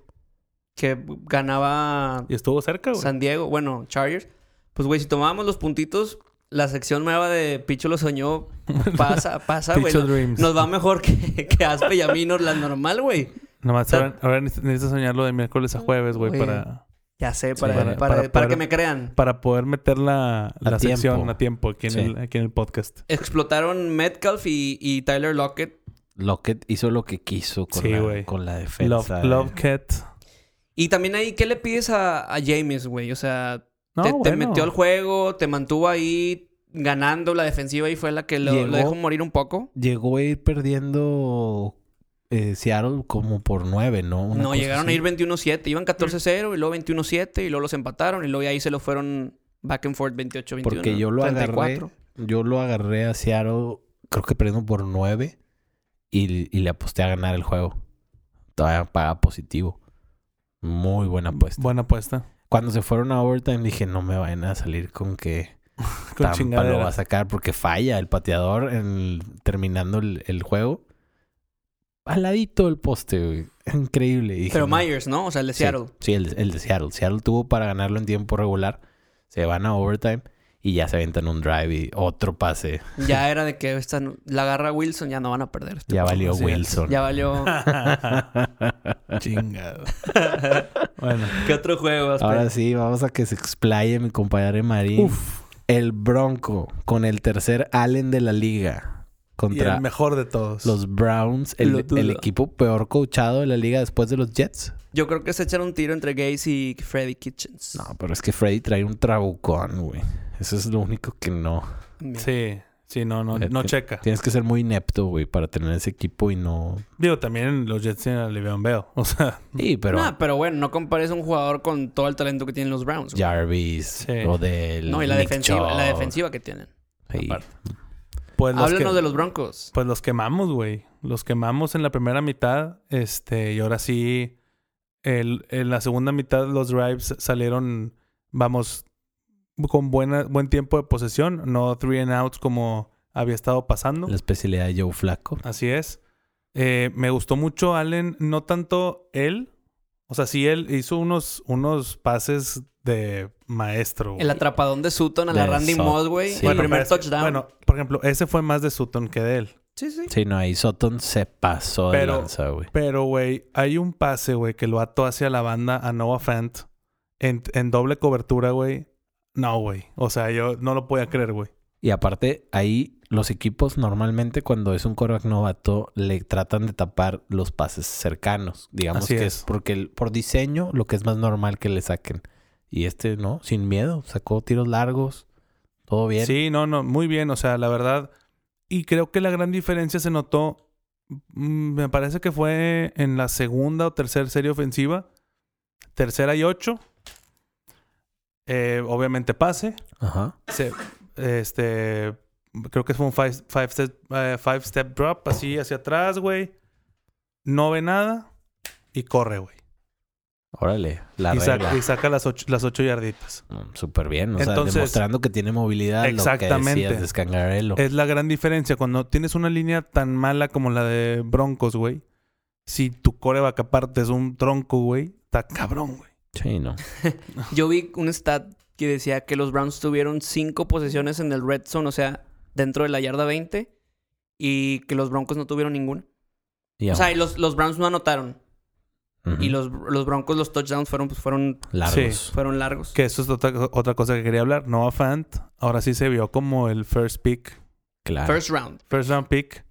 S3: que ganaba
S1: Y estuvo cerca, güey.
S3: San Diego, bueno, Chargers. Pues, güey, si tomábamos los puntitos, la sección nueva de Picho lo soñó, pasa, pasa, güey.
S1: Picture Dreams.
S3: Nos va mejor que, que Aspe y a mí, nos la normal, güey.
S1: Nomás
S3: Tan-
S1: ahora, ahora neces- necesitas soñarlo de miércoles a jueves, güey,
S3: Oye.
S1: para,
S3: Ya sé, para,
S1: para-
S3: para,
S1: para
S3: para que
S1: poder-
S3: me crean.
S1: para poder meter la,
S2: A
S1: la sección
S2: tiempo.
S1: a tiempo aquí en,
S2: Sí.
S1: el, aquí en el podcast.
S3: Explotaron Metcalf y, y Tyler Lockett
S2: Lockett hizo lo que quiso con,
S1: Sí,
S2: la,
S1: güey.
S2: con la defensa. eh.
S1: Love,
S2: de-
S1: love Cat.
S3: Y también ahí, ¿qué le pides a, a James, güey? O sea,
S1: No,
S3: te, te
S1: bueno.
S3: metió al juego, te mantuvo ahí ganando la defensiva y fue la que lo, lo
S2: Llegó.
S3: dejó morir un poco.
S2: Llegó a ir perdiendo eh, Seattle como por nueve, ¿no? Una
S3: no,
S2: cosa
S3: llegaron
S2: así.
S3: a ir 21-7. Iban 14-0 y luego 21-7 y luego los empataron y luego ahí se lo fueron back and forth 28-21.
S2: Porque yo lo agarré.
S3: 34.
S2: Yo lo agarré a Seattle, creo que perdiendo por nueve. Y, y le aposté a ganar el juego. todavía pagaba positivo. Muy buena apuesta.
S1: Buena apuesta.
S2: Cuando se fueron a overtime dije, no me vayan a salir con que
S1: Con
S2: Tampa lo va a
S1: chingaderas.
S2: sacar porque falla el pateador en- terminando el, el juego. Al ladito del poste, güey. Increíble. Y dije,
S3: Pero
S2: no.
S3: Myers, ¿no? O sea, el de
S2: Sí,
S3: Seattle.
S2: Sí, el, de- el de Seattle. Seattle tuvo para ganarlo en tiempo regular. Se van a overtime y ya se aventan un drive y otro pase.
S3: Ya era de que esta, no- la agarra Wilson, ya no van a perder. este
S2: Ya valió
S1: sí.
S2: Wilson.
S3: Ya valió.
S1: Chingado. bueno,
S3: ¿Qué otro juego? Aspen?
S2: Ahora sí, vamos a que se explaye mi compadre Marín.
S1: Uf.
S2: El Bronco con el tercer Allen de la liga
S1: y
S2: contra
S1: el mejor de todos.
S2: los Browns, el,
S3: Lo dudo.
S2: el equipo peor coachado de la liga después de los Jets.
S3: Yo creo que se echaron un tiro entre Gaze y Freddy Kitchens.
S2: No, pero es que Freddy trae un trabucón, güey. Eso es lo único que no.
S3: Mira.
S1: Sí, sí, no, no,
S2: Eh,
S1: no
S2: eh,
S1: checa.
S2: Tienes que ser muy inepto, güey, para tener ese equipo y no.
S1: Digo, también los Jets tienen a Le'Veon Bell. O sea,
S2: Sí, pero
S3: Nah, pero bueno, no compares un jugador con todo el talento que tienen los Browns. güey.
S2: Jarvis,
S1: Sí.
S2: Odell.
S3: No, y la
S2: Nick
S3: defensiva, la
S2: Chubb.
S3: defensiva que tienen.
S2: Sí.
S1: Aparte. pues los,
S3: Háblanos
S1: que-
S3: de los Broncos.
S1: pues los quemamos, güey. Los quemamos en la primera mitad. Este, y ahora sí, el- en la segunda mitad los drives salieron, vamos, con buena, buen tiempo de posesión. No three and outs como había estado pasando.
S2: La especialidad de Joe Flaco.
S1: Así es. Eh, me gustó mucho Allen, no tanto él. O sea, sí, él hizo unos, unos pases de maestro. güey.
S3: El atrapadón de Sutton a la
S2: De
S3: Randy
S2: Sut-
S3: Moss, güey.
S2: sí.
S3: El
S2: Bueno,
S3: primer
S1: pero es que-
S3: touchdown.
S1: Bueno, por ejemplo, ese fue más de Sutton que de él.
S3: sí, sí.
S2: Sí, no, ahí Sutton se pasó de
S1: Pero-
S2: lanza, güey.
S1: Pero, güey, hay un pase, güey, que lo ató hacia la banda a Noah Fant en, en doble cobertura, güey. No, güey. O sea, yo no lo podía creer, güey.
S2: Y aparte, ahí los equipos normalmente cuando es un coreback novato le tratan de tapar los pases cercanos. Digamos
S1: Así
S2: que
S1: es.
S2: es porque el- por diseño lo que es más normal que le saquen. Y este, ¿no? Sin miedo. Sacó tiros largos. Todo bien.
S1: Sí, no, no, muy bien, o sea, la verdad. Y creo que la gran diferencia se notó, mm, me parece que fue en la segunda o tercera serie ofensiva, tercera y ocho. Eh, obviamente pase.
S2: Ajá.
S1: Se- este, creo que fue un five, five step, eh, five step drop, así hacia atrás, güey. No ve nada y corre, güey.
S2: Órale. La
S1: Y, saca-
S2: regla.
S1: y saca las ocho, las ocho yarditas.
S2: Mm, Súper bien. O
S1: Entonces-
S2: sea, demostrando que tiene movilidad. Lo que
S1: Exactamente. Eh,
S2: decías de Scangarello.
S1: Es la gran diferencia. Cuando tienes una línea tan mala como la de Broncos, güey. Si tu coreback aparte es un tronco, güey, está cabrón, güey.
S2: Sí, no.
S3: Yo vi un stat que decía que los Browns tuvieron cinco posesiones en el red zone, o sea, dentro de la yarda 20, y que los Broncos no tuvieron ninguna.
S2: Y
S3: O sea,
S2: aún-
S3: y los, los Browns no anotaron.
S2: Ujú.
S3: Y los, los Broncos, los touchdowns fueron, pues, fueron,
S2: Largos.
S1: Sí.
S3: fueron largos.
S1: Que eso es otra, otra cosa que quería hablar. Noah Fant ahora sí se vio como el first pick,
S2: Claro.
S3: First round.
S1: first round pick,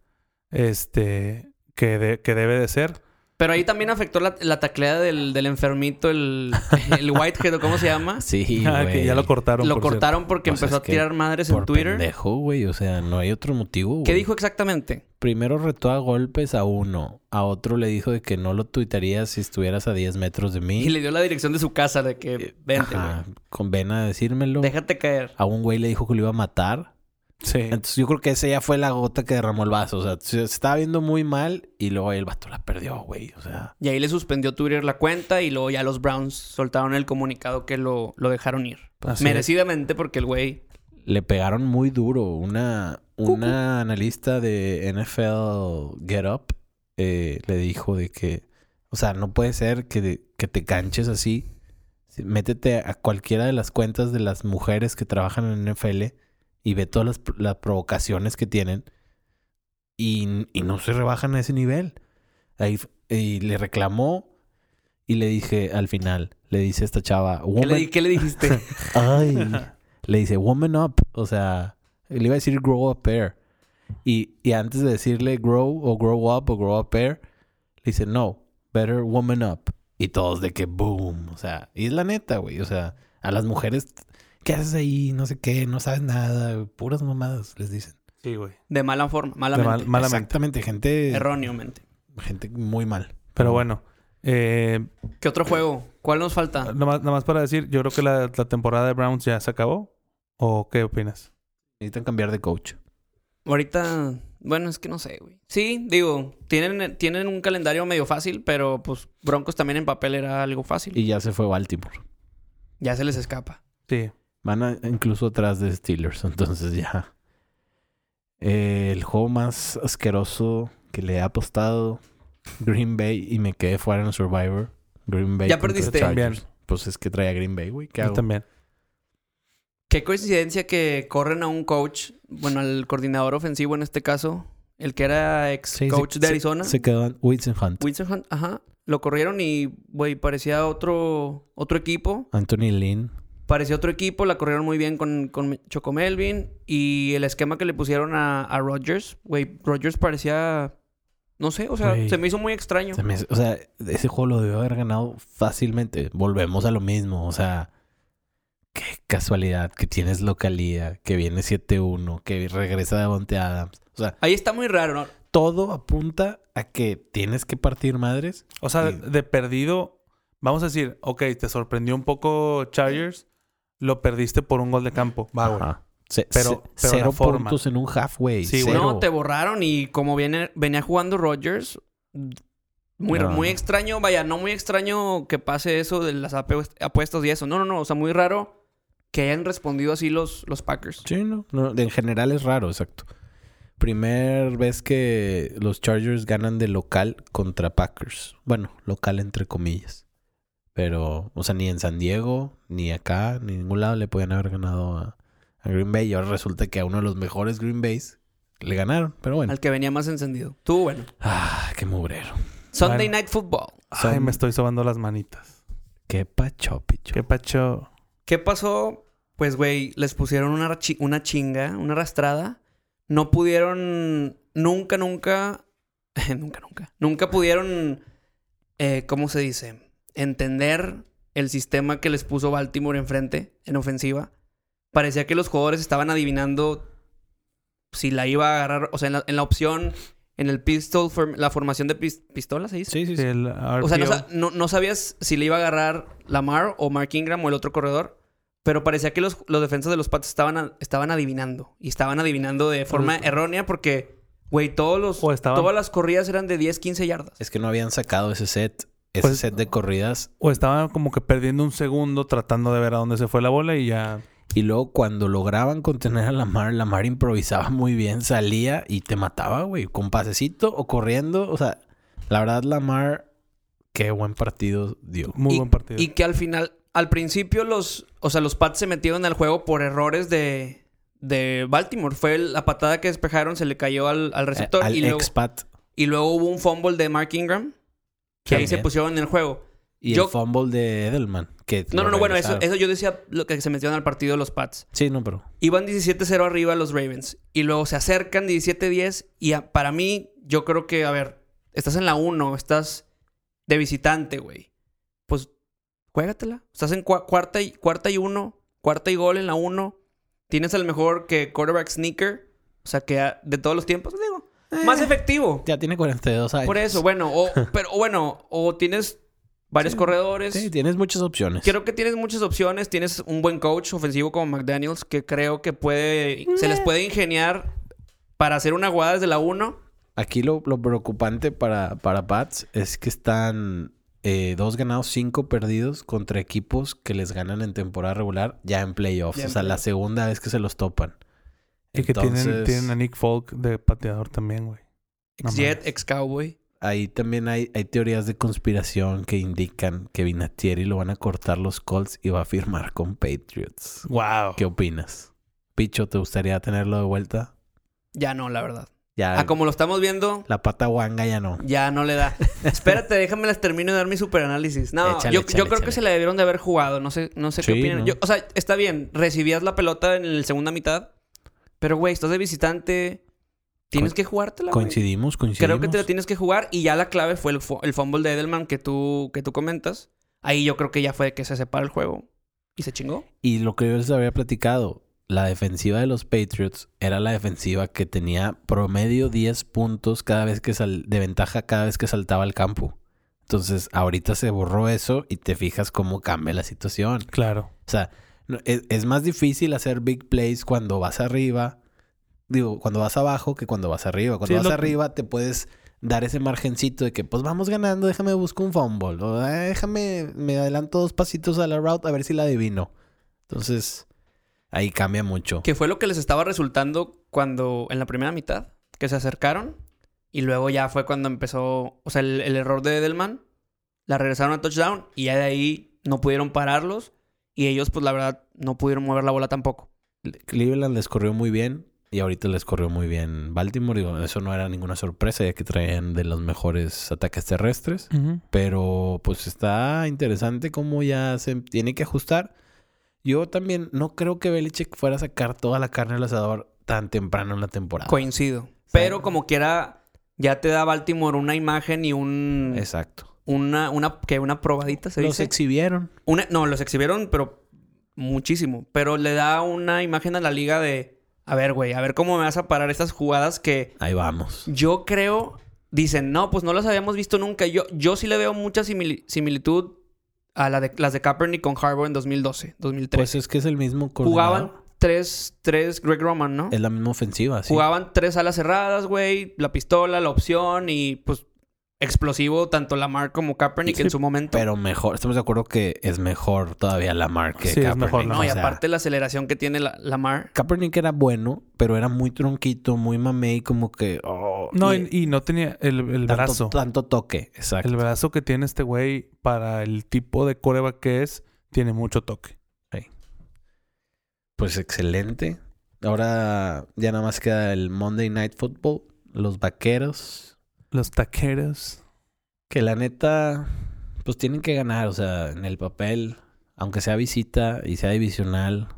S1: este, que, de- que debe de ser.
S3: Pero ahí también afectó la, la tacleada del, del enfermito, el, el Whitehead, ¿o cómo se llama?
S2: Sí,
S1: Ah, que
S2: güey.
S1: ya lo cortaron.
S3: Lo
S1: por cierto.
S3: cortaron porque
S2: Pues
S3: empezó
S2: es
S3: a
S2: que
S3: tirar madres en
S2: Por
S3: Twitter.
S2: pendejo, güey. O sea, no hay otro motivo,
S3: ¿Qué
S2: güey.
S3: dijo exactamente?
S2: Primero retó a golpes a uno. A otro le dijo de que no lo tuitarías si estuvieras a 10 metros de mí.
S3: Y le dio la dirección de su casa de que vente,
S2: Ajá.
S3: güey.
S2: Con ven a decírmelo.
S3: Déjate caer.
S2: A un güey le dijo que lo iba a matar.
S1: Sí.
S2: Entonces yo creo que esa ya fue la gota que derramó el vaso. O sea, se estaba viendo muy mal y luego el vato la perdió, güey. O sea,
S3: Y ahí le suspendió Twitter la cuenta y luego ya los Browns soltaron el comunicado que lo, lo dejaron ir.
S1: Así
S3: Merecidamente porque el güey...
S2: le pegaron muy duro. Una, una analista de NFL Get Up eh, le dijo de que, o sea, no puede ser que, que te canches así. Sí, Métete a cualquiera de las cuentas de las mujeres que trabajan en NFL y ve todas las, las provocaciones que tienen y, y no se rebajan a ese nivel. Ahí, f- y le reclamó y le dije al final, le dice esta chava,
S3: ¿Qué le,
S2: "Woman,
S3: di- qué le dijiste?
S2: Ay. Le dice, woman up. O sea, le iba a decir grow a pair. Y, y antes de decirle grow o grow up o grow a pair, le dice, no, better woman up. Y todos de que boom. O sea, y es la neta, güey. O sea, a las mujeres, ¿qué haces ahí? No sé qué, no sabes nada. Puras mamadas, les dicen.
S1: Sí, güey.
S3: De mala forma,
S1: De
S3: malamente.
S1: mal- malamente.
S2: Exactamente, gente,
S3: Erróneamente.
S2: gente muy mal.
S1: Pero bueno. Eh,
S3: ¿Qué otro juego? ¿Cuál nos falta?
S1: Nada más, nada más para decir, yo creo que la, la temporada de Browns ya se acabó. ¿O qué opinas?
S2: Necesitan cambiar de coach.
S3: Ahorita Bueno, es que no sé, güey. Sí, digo, tienen, tienen un calendario medio fácil, pero pues Broncos también en papel era algo fácil.
S2: Y ya se fue Baltimore.
S3: Ya se les escapa.
S1: Sí.
S2: Van a- incluso atrás de Steelers, entonces ya. Eh, el juego más asqueroso que le he apostado, Green Bay, y me quedé fuera en Survivor. Green Bay.
S3: Ya
S2: contra
S3: perdiste.
S2: Chargers. Pues es que traía Green Bay, güey. ¿Qué
S1: Yo
S2: hago?
S1: también.
S3: Qué coincidencia que corren a un coach, bueno, al coordinador ofensivo en este caso, el que era ex
S2: Sí, se-
S3: coach de
S2: se-
S3: Arizona,
S2: Se quedó en Winston Hunt.
S3: Winston Hunt, ajá, lo corrieron y, güey, parecía otro, otro equipo.
S2: Anthony Lynn.
S3: Parecía otro equipo, la corrieron muy bien con, con Choco Melvin y el esquema que le pusieron a, a Rodgers, güey, Rodgers parecía, no sé, o sea,
S2: Güey.
S3: se me hizo muy extraño.
S2: Se me hace- o sea, ese juego lo debió haber ganado fácilmente. Volvemos a lo mismo. O sea, qué casualidad que tienes localía, que viene 7-1, que regresa Devonte Adams. O sea,
S3: Ahí está muy raro, ¿no?
S2: todo apunta a que tienes que partir madres.
S1: O sea, de,
S2: Sí.
S1: de perdido, vamos a decir, ok, te sorprendió un poco Chargers, lo perdiste por un gol de campo. Va, güey.
S2: Ajá. Ce-
S1: Pero- pero
S2: ce- cero
S1: la forma.
S2: puntos en un halfway.
S1: Sí, güey.
S2: cero.
S3: No, te borraron y como viene, venía jugando Rodgers, muy,
S2: No,
S3: muy
S2: no.
S3: extraño, vaya, no muy extraño que pase eso de las apuest- apuestas y eso. No, no, no, o sea, muy raro que hayan respondido así los, los Packers.
S2: Sí, no, no, En general es raro, exacto. Primer vez que los Chargers ganan de local contra Packers. Bueno, local entre comillas. Pero, o sea, ni en San Diego, ni acá, ni en ningún lado le podían haber ganado a, a Green Bay. Y ahora resulta que a uno de los mejores Green Bays le ganaron. Pero bueno.
S3: Al que venía más encendido. Tú, bueno.
S2: Ah, qué mugrero.
S3: Sunday
S1: Bueno.
S3: Night Football.
S1: Ay,
S2: Son-
S1: me estoy sobando las manitas.
S2: Qué pacho, picho.
S1: Qué pacho.
S3: ¿Qué pasó? Pues, güey, les pusieron una, chi- una chinga, una arrastrada. No pudieron nunca, nunca, nunca, nunca, nunca pudieron, eh, ¿cómo se dice? Entender el sistema que les puso Baltimore enfrente en ofensiva. Parecía que los jugadores estaban adivinando si la iba a agarrar, o sea, en la, en la opción, en el pistol, form- la formación de pis- pistola, ¿se dice?
S2: Sí, sí, sí.
S1: El
S3: O sea, no,
S1: RPO.
S3: sa- no- no sabías si le iba a agarrar Lamar o Mark Ingram o el otro corredor, pero parecía que los, los defensas de los Pats estaban, a- estaban adivinando. Y estaban adivinando de forma errónea porque, güey, todos los,
S1: O estaban-
S3: todas las corridas eran de 10, 15 yardas.
S2: Es que no habían sacado ese set. Ese
S1: Pues-
S2: set de corridas
S1: O estaban como que perdiendo un segundo tratando de ver a dónde se fue la bola y ya.
S2: Y luego cuando lograban contener a Lamar, Lamar improvisaba muy bien, salía y te mataba, güey, con pasecito o corriendo. O sea, la verdad, Lamar, qué buen partido dio.
S1: Muy
S3: Y-
S1: buen partido.
S3: Y que al final, al principio los, o sea, los Pats se metieron al juego por errores de, de Baltimore. Fue el- la patada que despejaron, se le cayó al, al receptor
S2: Eh, al
S3: y, luego,
S2: expat
S3: y luego hubo un fumble de Mark Ingram que ahí se
S2: También.
S3: pusieron en el juego.
S2: y
S3: yo-
S2: el fumble de Edelman. Que
S3: No,
S2: lo
S3: no, no, bueno, eso,
S2: regresaron.
S3: eso yo decía lo que se metieron al partido de los Pats.
S2: Sí, no, pero...
S3: Iban 17-0 arriba los Ravens y luego se acercan 17-10 y a- para mí yo creo que, a ver, estás en la 1, estás de visitante, güey. Pues juégatela. Estás en cua- cuarta, y, cuarta y uno, cuarta y gol en la 1. Tienes al mejor que quarterback sneaker, o sea, que ha- de todos los tiempos, digo,
S2: Eh.
S3: más efectivo.
S2: Ya tiene 42 años.
S3: Por eso, bueno, o, pero bueno, o tienes varios corredores.
S2: Sí, tienes muchas opciones.
S3: Creo que tienes muchas opciones. Tienes un buen coach ofensivo como McDaniels que creo que puede... Se les puede ingeniar para hacer una jugada desde la 1.
S2: Aquí lo, lo preocupante para, para Pats es que están eh, dos ganados, cinco perdidos contra equipos que les ganan en temporada regular ya en playoffs.
S3: Ya en
S2: o sea, la
S3: playoffs.
S2: segunda vez que se los topan.
S1: y que tienen,
S2: entonces-
S1: tienen a Nick Folk de pateador también, güey. No
S3: Ex-Jet,
S1: mames.
S3: ex-Cowboy.
S2: Ahí también hay, hay teorías de conspiración que indican que Vinatieri lo van a cortar los Colts y va a firmar con Patriots.
S1: Wow.
S2: ¿Qué opinas? Picho, ¿te gustaría tenerlo de vuelta?
S3: Ya no, la verdad.
S2: Ya,
S3: A Ah, como lo estamos viendo,
S2: la pata guanga ya no.
S3: ya no le da. Espérate, déjame las termino de dar mi superanálisis. No,
S2: Échale,
S3: yo, yo
S2: échale,
S3: creo que
S2: échale.
S3: se la debieron de haber jugado. No sé, no sé
S2: Sí,
S3: qué opinan.
S2: ¿no?
S3: Yo- o sea, está bien. Recibías la pelota en la segunda mitad. Pero, güey, estás de visitante. Tienes
S2: Coin-
S3: que jugártela, güey.
S2: Coincidimos, coincidimos.
S3: Creo que te la tienes que jugar y ya la clave fue el, fu- el fumble de Edelman que tú, que tú comentas. Ahí yo creo que ya fue que se separa el juego y se chingó.
S2: Y lo que yo les había platicado, la defensiva de los Patriots era la defensiva que tenía promedio 10 puntos cada vez que sal de ventaja cada vez que saltaba al campo. Entonces, ahorita se borró eso y te fijas cómo cambia la situación.
S1: Claro.
S2: O sea, no- es, es más difícil hacer big plays cuando vas arriba, digo, cuando vas abajo que cuando vas arriba. Cuando
S1: Sí,
S2: vas
S1: lo-
S2: arriba te puedes dar ese margencito de que, pues vamos ganando, déjame buscar un fumble. O "Ah, déjame, me adelanto dos pasitos a la route a ver si la adivino. Entonces, ahí cambia mucho.
S3: Que fue lo que les estaba resultando cuando, en la primera mitad, que se acercaron y luego ya fue cuando empezó, o sea, el, el error de Edelman, la regresaron a touchdown y ya de ahí no pudieron pararlos y ellos, pues la verdad, no pudieron mover la bola tampoco.
S2: Cleveland les corrió muy bien y ahorita les corrió muy bien Baltimore. Digo, eso no era ninguna sorpresa ya que traían de los mejores ataques terrestres.
S1: Ujú.
S2: Pero pues está interesante cómo ya se tiene que ajustar. Yo también no creo que Belichick fuera a sacar toda la carne al asador tan temprano en la temporada.
S3: Coincido. Pero como quiera, ya te da Baltimore una imagen y un...
S2: Exacto.
S3: Una, una, que una probadita se
S2: Los
S3: dice.
S2: exhibieron.
S3: Una- no, los exhibieron, pero muchísimo. Pero le da una imagen a la liga de, a ver, güey, a ver cómo me vas a parar estas jugadas que
S2: Ahí vamos.
S3: yo creo, dicen, no, pues no las habíamos visto nunca. Yo, yo sí le veo mucha simili- similitud a la de, las de Kaepernick con Harbaugh en 2012, 2013.
S2: Pues es que es el mismo
S3: Jugaban
S2: coordinador.
S3: tres, tres Greg Roman, ¿no?
S2: Es la misma ofensiva, sí.
S3: Jugaban tres alas cerradas, güey, la pistola, la opción y pues explosivo tanto Lamar como Kaepernick en su momento.
S2: Pero mejor. Estamos de acuerdo que es mejor todavía Lamar que
S1: Sí, es
S2: Kaepernick.
S1: mejor
S3: no,
S1: o
S3: y
S2: O sea,
S3: aparte la aceleración que tiene la, Lamar.
S2: Kaepernick era bueno, pero era muy tronquito, muy mamey, como que... oh,
S1: No,
S2: y-
S1: y, y no tenía el, el
S2: tanto,
S1: brazo.
S2: Tanto toque, exacto.
S1: El brazo que tiene este güey para el tipo de coreba que es, tiene mucho toque.
S2: Pues excelente. Ahora ya nada más queda el Monday Night Football. Los vaqueros.
S1: Los taqueros.
S2: Que la neta, pues tienen que ganar. O sea, en el papel, aunque sea visita y sea divisional,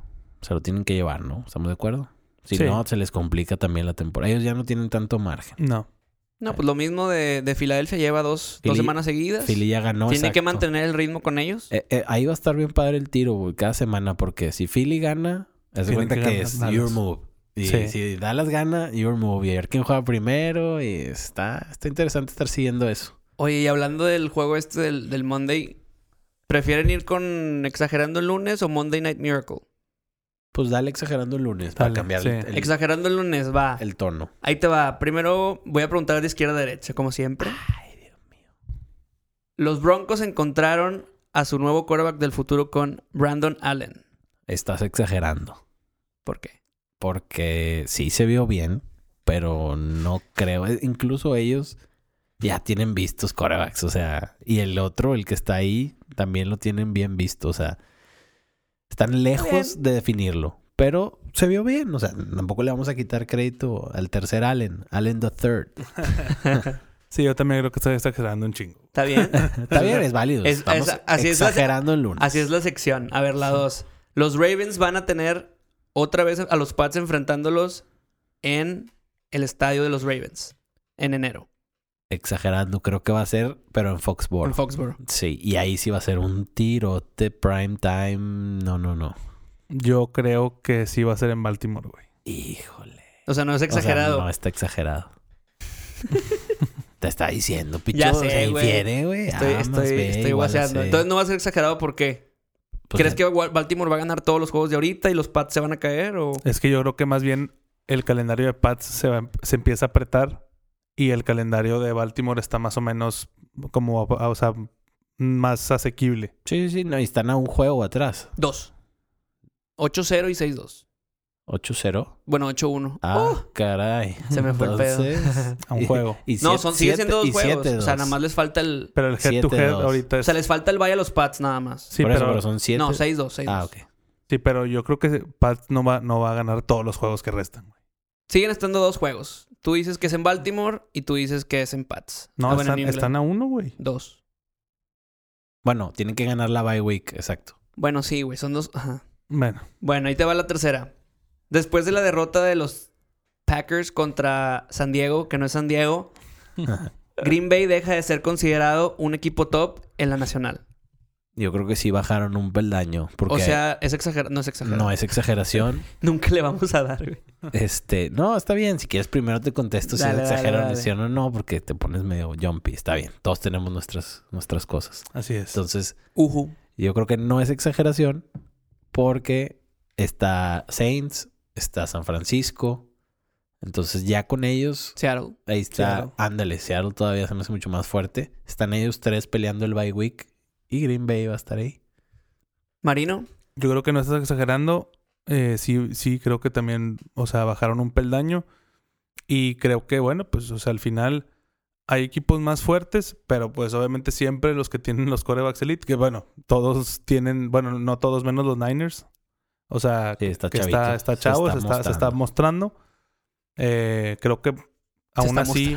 S2: se lo tienen que llevar, ¿no? ¿Estamos de acuerdo? Si
S1: Sí.
S2: no, se les complica también la temporada. Ellos ya no tienen tanto margen.
S1: No.
S2: Ah.
S3: No, pues lo mismo de, de Filadelfia lleva dos, dos
S2: Philly-
S3: semanas seguidas.
S2: Philly ya ganó.
S3: Tiene Pues, que
S2: exacto.
S3: mantener el ritmo con ellos.
S2: Eh, eh, ahí va a estar bien padre el tiro, güey, cada semana, porque si Philly gana, haz de
S1: Tienen
S2: cuenta
S1: que
S2: que,
S1: ganar
S2: es
S1: Dallas.
S2: your move. Y
S1: Sí.
S2: si Dallas gana, your move. Y a ver quién juega primero. Y está, está interesante estar siguiendo eso.
S3: Oye, y hablando del juego este del, del Monday, ¿prefieren ir con Exagerando el lunes o Monday Night Miracle?
S2: Pues dale exagerando el lunes para
S1: Dale,
S2: cambiar
S1: sí.
S2: el, el-
S3: Exagerando el lunes, va.
S2: el tono.
S3: Ahí te va. Primero voy a preguntar de izquierda a derecha, como siempre. Los Broncos encontraron a su nuevo quarterback del futuro con Brandon Allen.
S2: Estás exagerando.
S3: ¿Por qué?
S2: Porque sí se vio bien, pero no creo. eh, Incluso ellos ya tienen vistos corebacks. O sea, y el otro, el que está ahí, también lo tienen bien visto. O sea, están lejos de definirlo. Pero se vio bien. O sea, tampoco le vamos a quitar crédito al tercer Allen, Allen the Third.
S1: Sí, yo también creo que está exagerando un chingo.
S3: ¿Está bien?
S2: Está bien, es válido.
S3: Es-
S2: Estamos
S3: es- así es la-
S2: exagerando el lunes.
S3: Así es la sección. A ver, la 2. Los Ravens van a tener otra vez a los Pats enfrentándolos en el estadio de los Ravens en enero,
S2: Exagerando, creo que va a ser, pero en Foxborough.
S3: en Foxborough.
S2: Sí, y ahí sí va a ser un tirote prime time. No, no, no.
S1: Yo creo que sí va a ser en Baltimore, güey.
S2: Híjole.
S3: O sea, no es
S2: O sea,
S3: exagerado.
S2: no, está exagerado. Te está diciendo, picho.
S3: Ya
S2: Ya
S3: sé,
S2: se
S3: güey.
S2: infiere, güey.
S3: estoy
S2: Ah, más
S3: estoy,
S2: ve,
S3: estoy
S2: igual
S3: guaseando.
S2: hace.
S3: Entonces no va a ser exagerado porque
S2: Pues,
S3: ¿crees que Wa- Baltimore va a ganar todos los juegos de ahorita y los Pats se van a caer? O...
S1: Es que yo creo que más bien el calendario de Pats se, va- se empieza a apretar y el calendario de Baltimore está más o menos como, a- a- o sea, más asequible.
S2: Sí, sí, sí. No, y están a un juego atrás.
S3: Dos. 8-0 y 6-2.
S2: 8-0.
S3: Bueno, 8-1.
S2: Ah,
S3: ¡Oh!
S2: caray.
S3: Se me fue el pedo.
S2: Entonces,
S1: A un
S2: y-
S1: juego.
S2: y
S3: no,
S2: siete-
S3: son, sigue siendo dos
S2: siete- y
S3: juegos.
S2: siete,
S3: o sea,
S2: dos.
S3: nada más les falta el...
S1: Pero el head to head
S2: 7-2.
S1: ahorita
S3: O
S1: es...
S3: sea, les falta el bye a los Pats nada más.
S1: Sí,
S2: Por eso,
S1: pero,
S2: pero son 7.
S3: No, 6-2, 6-2.
S2: Ah, ok.
S1: sí, pero yo creo que Pats no va, no va a ganar todos los juegos que restan. güey.
S3: Siguen estando dos juegos. Tú dices que es en Baltimore y tú dices que es en Pats.
S1: No,
S3: Ah, bueno,
S1: están,
S3: en New England.
S1: están a uno, güey.
S3: Dos.
S2: Bueno, tienen que ganar la bye week, exacto.
S3: Bueno, sí, güey. Son dos. Ajá.
S1: Bueno,
S3: Bueno, ahí te va la tercera. Después de la derrota de los Packers contra San Diego, que no es San Diego, Green Bay deja de ser considerado un equipo top en la nacional.
S2: Yo creo que sí bajaron un peldaño. Porque
S3: O sea, es exagerado. No es exagerado.
S2: no es exageración.
S3: Nunca le vamos a dar, güey.
S2: Este, no, está bien. Si quieres, primero te contesto si
S3: Dale,
S2: es
S3: dale,
S2: exageraron
S3: dale.
S2: sí o no, porque te pones medio jumpy. Está bien. Todos tenemos nuestras, nuestras cosas.
S1: así es.
S2: Entonces,
S3: Ujú.
S2: yo creo que no es exageración porque está Saints, está San Francisco, Entonces ya con ellos,
S3: Seattle.
S2: ahí está,
S1: Seattle.
S2: ándale, Seattle todavía se me hace mucho más fuerte. Están ellos tres peleando el bye week y Green Bay va a estar ahí.
S3: Marino.
S1: Yo creo que no estás exagerando. Eh, sí, sí, creo que también, o sea, bajaron un peldaño. Y creo que, bueno, pues, o sea, al final hay equipos más fuertes, pero pues obviamente siempre los que tienen los corebacks elite, que bueno, todos tienen, bueno, no todos menos los Niners. O sea,
S2: Sí, está
S1: que
S2: chavito.
S1: está, está chavo, se está, se está
S2: mostrando.
S1: mostrando. Eh, creo que aún
S3: está
S1: así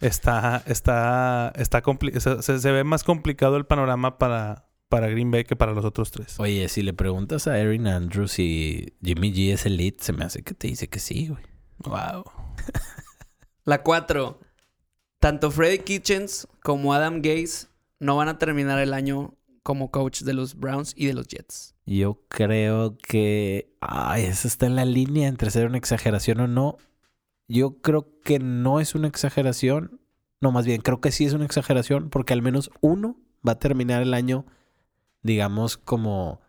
S1: está, está, está compli- se, se- se ve más complicado el panorama para, para Green Bay que para los otros tres.
S2: Oye, si le preguntas a Erin Andrews si Jimmy G es elite, se me hace que te dice que sí, güey.
S1: Wow.
S3: La 4. Tanto Freddy Kitchens como Adam Gaze no van a terminar el año como coach de los Browns y de los Jets.
S2: Yo creo que. Ay, eso está en la línea entre ser una exageración o no. Yo creo que no es una exageración. No, más bien, creo que sí es una exageración porque al menos uno va a terminar el año, digamos, como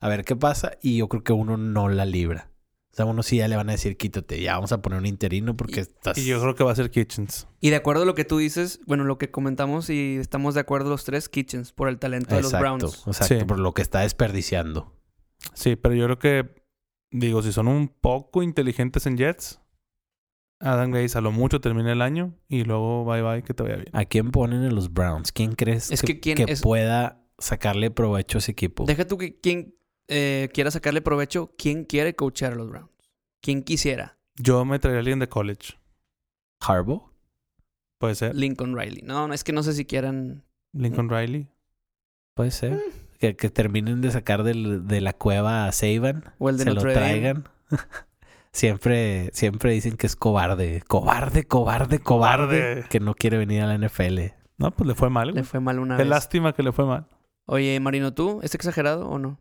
S2: a ver qué pasa. Y yo creo que uno no la libra. O sea, uno sí ya le van a decir, quítate, ya vamos a poner un interino porque estás.
S1: Y yo creo que va a ser Kitchens.
S3: Y de acuerdo a lo que tú dices, bueno, lo que comentamos y estamos de acuerdo los tres, Kitchens, por el talento de
S2: Exacto,
S3: los Browns.
S2: exacto,
S1: Sí.
S2: por lo que está desperdiciando.
S1: Sí, pero yo creo que, digo, si son un poco inteligentes en Jets, Adam Gaze a lo mucho termina el año y luego bye bye, que te vaya bien.
S2: ¿A quién ponen en los Browns? ¿Quién crees
S3: Es que quién es-
S2: pueda sacarle provecho a ese equipo?
S3: Deja tú que quien eh, quiera sacarle provecho, ¿quién quiere coachar a los Browns? ¿Quién quisiera?
S1: Yo me traería a alguien de college.
S2: ¿Harbaugh?
S1: Puede ser.
S3: Lincoln Riley. No, no, es que no sé si quieran.
S1: Lincoln Riley.
S2: Puede ser.
S3: Mm.
S2: Que, que terminen de sacar del- de la cueva a Saban.
S3: O el de
S2: se
S3: Notre
S2: lo
S3: Dame.
S2: traigan. siempre, siempre dicen que es cobarde. Cobarde, cobarde, cobarde.
S1: Cobarde.
S2: Que no quiere venir a la NFL.
S1: No, pues le fue mal.
S3: Le
S1: güey.
S3: fue mal una
S1: Qué
S3: vez.
S1: lástima que le fue mal.
S3: Oye, Marino, ¿tú? ¿Es exagerado o no?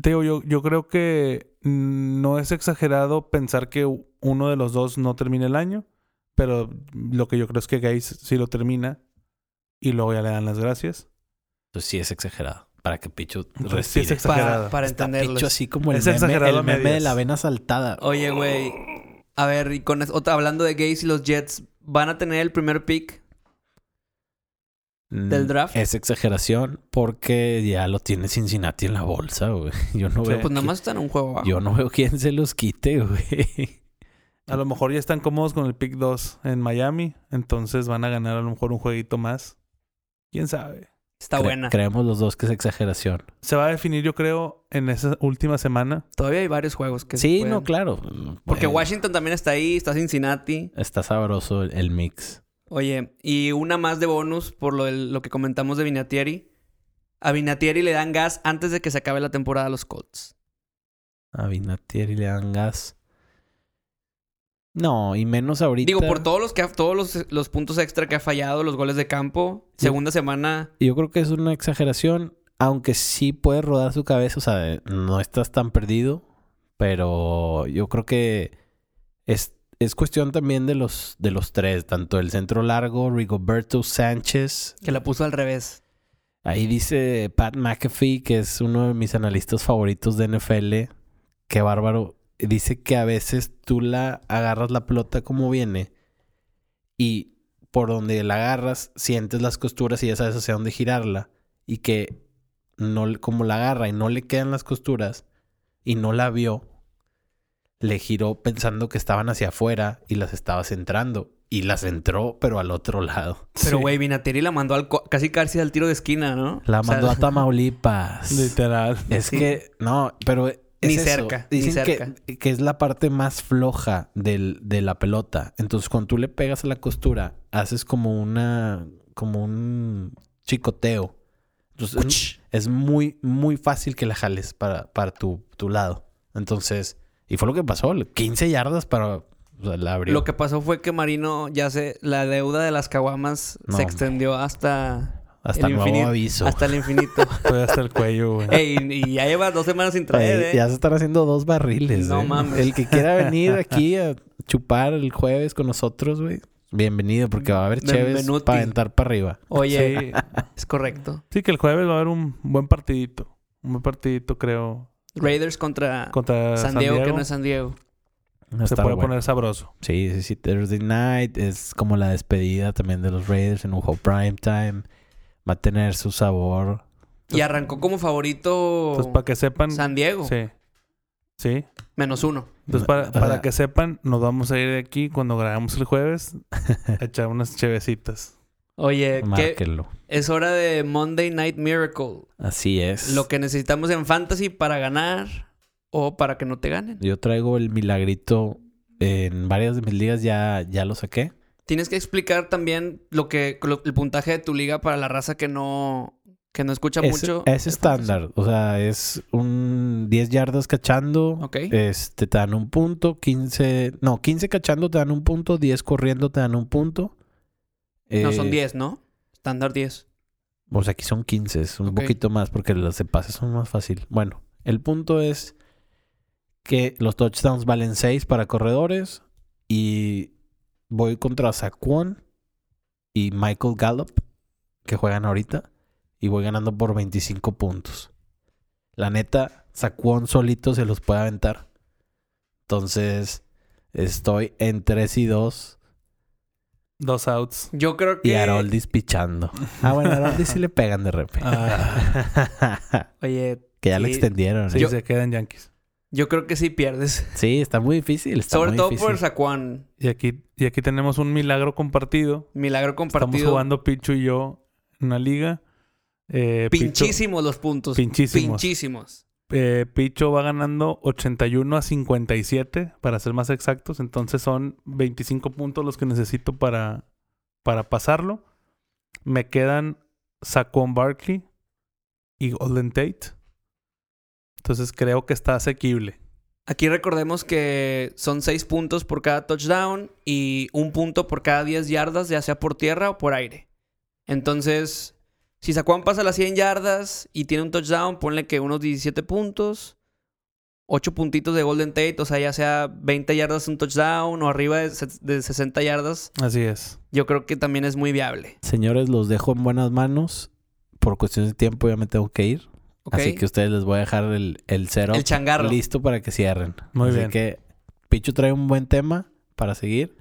S1: Te digo, yo, yo creo que mm, no es exagerado pensar que u- uno de los dos no termine el año, pero lo que yo creo es que Gaze sí lo termina y luego ya le dan las gracias.
S2: Pues sí es exagerado. Para que Pichu respire.
S1: Entonces, sí es
S3: Para,
S1: exagerado.
S3: para
S2: Está
S3: entenderlo.
S2: Pichu así como el
S1: Es
S2: meme,
S1: exagerado
S2: el
S1: a
S2: meme de
S1: medias.
S2: la avena saltada.
S3: Oye, güey. A ver, y con es- otra- hablando de gays y los Jets, ¿van a tener el primer pick?
S2: Mm,
S3: del draft.
S2: Es exageración porque ya lo tiene Cincinnati en la bolsa, güey. Yo no
S1: Sí.
S2: veo.
S3: Pues nada
S2: qui-
S3: más están en un juego abajo.
S2: Eh, Yo no veo quién se los quite, güey.
S1: A lo mejor ya están cómodos con el pick 2 en Miami, entonces van a ganar a lo mejor un jueguito más. ¿Quién sabe?
S3: Está
S2: Cre-
S3: buena.
S2: Creemos los dos que es exageración.
S1: Se va a definir, yo creo, en esa última semana.
S3: Todavía hay varios juegos que se
S2: Sí,
S3: pueden-
S2: no, eh. claro.
S3: Porque
S2: Bueno,
S3: Washington también está ahí, está Cincinnati.
S2: Está sabroso el, el mix.
S3: Oye, y una más de bonus por lo, del- lo que comentamos de Vinatieri. A Vinatieri le dan gas antes de que se acabe la temporada a los Colts.
S2: A Vinatieri le dan gas. No, y menos ahorita.
S3: Digo, por todos los que ha- todos los, los puntos extra que ha fallado, los goles de campo,
S2: Sí.
S3: segunda semana.
S2: Yo creo que es una exageración, aunque sí puede rodar su cabeza, o sea, eh, no estás tan perdido, pero yo creo que es, es cuestión también de los, de los tres, tanto el centro largo, Rigoberto Sánchez,
S3: Que la puso al revés.
S2: ahí dice Pat McAfee, que es uno de mis analistas favoritos de NFL, qué bárbaro, dice que a veces tú la agarras la pelota como viene y por donde la agarras, sientes las costuras y ya sabes hacia dónde girarla. Y que no, le- como la agarra y no le quedan las costuras y no la vio, le giró pensando que estaban hacia afuera y las estaba centrando. Y las entró, pero al otro lado.
S3: Pero,
S1: Sí,
S3: güey, Vinatieri la mandó al co- casi casi al tiro de esquina, ¿no?
S2: La
S3: O sea,
S2: mandó a Tamaulipas.
S1: Literal.
S2: Es
S3: Sí.
S2: que, no, pero. es
S3: Ni
S2: eso.
S3: cerca, ni
S2: Dicen que- Que,
S3: cerca.
S2: es la parte más floja del- de la pelota. Entonces, cuando tú le pegas a la costura, haces como una. como un chicoteo. Entonces, es, es muy, muy fácil que la jales para, para tu, tu lado. Entonces, y fue lo que pasó: 15 yardas para. o sea, la abrió.
S3: Lo que pasó fue que Marino ya se... La deuda de las caguamas
S2: No,
S3: se
S2: hombre.
S3: extendió hasta...
S2: Hasta
S3: el
S2: nuevo
S3: infinito-
S2: aviso.
S3: Hasta el infinito.
S1: Estoy hasta el cuello, güey.
S3: Ey, y ya lleva dos semanas sin traer,
S2: Ahí
S3: ¿eh?
S2: Ya se están haciendo dos barriles.
S3: No
S2: eh.
S3: mames.
S2: El que quiera venir aquí a chupar el jueves con nosotros, güey. Bienvenido, porque va a haber chéves
S3: Benvenuti.
S2: para aventar para arriba.
S3: Oye,
S1: Sí,
S3: es correcto.
S1: sí, que el jueves va a haber un buen partidito. Un buen partidito, creo,
S3: Raiders contra
S1: contra
S3: San Diego, que no es San Diego.
S2: Va a
S1: Se
S2: estar
S1: puede
S2: bueno.
S1: poner sabroso.
S2: Sí, sí, sí. Thursday Night es como la despedida también de los Raiders en un juego prime time. Va a tener su sabor.
S3: Y arrancó como favorito
S1: Entonces, para que sepan.
S3: San Diego.
S1: pues, Sí. Sí.
S3: Menos uno.
S1: Entonces,
S2: Oh. O
S1: para, para
S2: sea-
S1: que sepan, nos vamos a ir de aquí cuando grabamos el jueves a echar unas chevecitas.
S3: Oye, que
S2: Márquenlo.
S3: es hora de Monday Night Miracle.
S2: Así es.
S3: Lo que necesitamos en Fantasy para ganar o para que no te ganen.
S2: Yo traigo el milagrito en varias de mis ligas, ya, ya lo saqué.
S3: Tienes que explicar también lo que lo- el puntaje de tu liga para la raza que no que no escucha
S2: Es,
S3: mucho.
S2: es
S3: el
S2: estándar. O sea, es un 10 yardas cachando.
S3: Ok.
S2: Este, te dan un punto. 15... No, 15 cachando te dan un punto. 10 corriendo te dan un punto.
S3: fantasy. No son
S2: Eh,
S3: 10, ¿no? Estándar 10.
S2: O sea, aquí son 15, es un
S3: Ok.
S2: poquito más porque las de pases son más fácil. Bueno, el punto es que los touchdowns valen 6 para corredores y voy contra Saquon y Michael Gallup que juegan ahorita y voy ganando por 25 puntos. La neta, Saquon solito se los puede aventar. Entonces, estoy en 3 y 2
S1: Dos outs.
S3: Yo creo que
S2: y Haroldis pichando. Eh, Ah, bueno, a Haroldis sí le pegan de repente.
S1: Ah,
S3: Oye,
S2: Que ya lo
S3: Sí.
S2: extendieron.
S1: sí,
S2: ¿eh?
S1: se quedan Yankees.
S3: yo creo que sí pierdes.
S2: Sí, está muy difícil. Está
S3: Sobre
S2: muy
S3: todo
S2: difícil.
S3: por Saquon.
S1: Y aquí, y aquí tenemos un milagro compartido.
S3: Milagro compartido.
S1: Estamos jugando Pichu y yo en una liga. Eh, Pichu-
S3: Pinchísimos los puntos.
S1: Pinchísimos.
S3: Pinchísimos.
S1: Eh, Picho va ganando 81 a 57, para ser más exactos. Entonces son 25 puntos los que necesito para, para pasarlo. Me quedan Saquon Barkley y Golden Tate. Entonces creo que está asequible.
S3: Aquí recordemos que son seis puntos por cada touchdown y un punto por cada 10 yardas, ya sea por tierra o por aire. Entonces, si Saquon pasa las 100 yardas y tiene un touchdown, ponle que unos 17 puntos, 8 puntitos de Golden Tate, o sea, ya sea 20 yardas un touchdown o arriba de, se- de 60 yardas,
S1: Así es.
S3: yo creo que también es muy viable.
S2: Señores, los dejo en buenas manos. Por cuestiones de tiempo ya me tengo que ir.
S3: ¿ok?
S2: Así que ustedes les voy a dejar el, el cero
S3: El changarro.
S2: listo para que cierren.
S1: Muy
S2: Así
S1: bien.
S2: que Pichu trae un buen tema para seguir.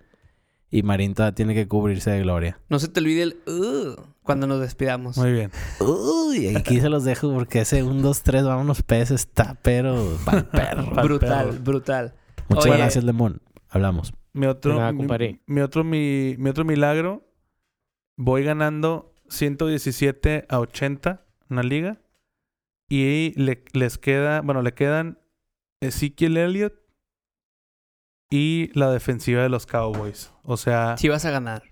S2: Y Marín todavía tiene que cubrirse de gloria.
S3: No se te olvide el "Ugh", cuando nos despidamos.
S1: Muy bien.
S2: Uy, aquí se los dejo porque ese 1, 2, 3, vámonos peces está, pero pa'l perro.
S1: Pa'l
S3: Brutal,
S1: perro.
S3: brutal.
S2: Muchas
S3: Oye.
S2: gracias, Lemón. Hablamos.
S1: Mi
S4: De
S1: otro,
S4: nada,
S1: mi-
S4: compadre.
S1: mi otro, mi, mi otro milagro. Voy ganando 117 a 80 en la liga. Y le- les queda, bueno, le quedan Ezekiel Elliott y la defensiva de los Cowboys. O sea,
S3: Si vas a ganar.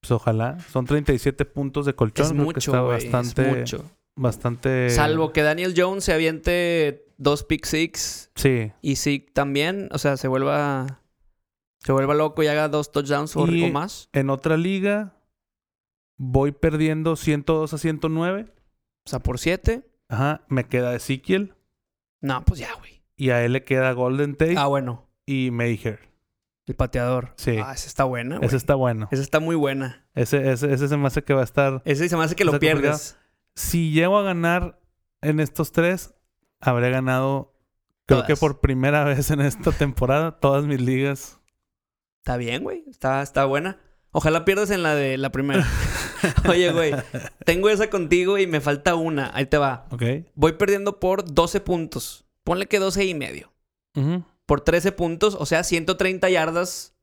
S1: pues ojalá. Son 37 puntos de colchón.
S3: Es
S1: creo que está
S3: mucho, güey.
S1: bastante,
S3: Es mucho.
S1: bastante.
S3: Salvo que Daniel Jones se aviente dos pick six
S1: Sí.
S3: y Zeke también, o sea, se vuelva se vuelva loco y haga dos touchdowns o,
S1: Y-
S3: o más.
S1: En otra liga voy perdiendo 102 a 109.
S3: O sea, por siete.
S1: Ajá. Me queda Ezekiel.
S3: No, pues ya, güey.
S1: Y a él le queda Golden Tate
S3: Ah, bueno.
S1: y Mayher.
S3: El pateador.
S1: Sí.
S3: Ah, esa está buena, güey.
S1: Ese está bueno.
S3: Esa está muy buena.
S1: Ese, ese, ese se me hace que va a estar.
S3: Ese se me hace que lo
S1: Esa
S3: pierdes.
S1: Si llego a ganar en estos tres, habré ganado,
S3: Todas.
S1: creo que por primera vez en esta temporada, todas mis ligas.
S3: Está bien, güey. Está, está buena. Ojalá pierdas en la de la primera. Oye, güey. Tengo esa contigo y me falta una. Ahí te va.
S1: Ok.
S3: Voy perdiendo por 12 puntos. Ponle que 12 y medio.
S1: Ujú.
S3: por 13 puntos, o sea, 130 yardas.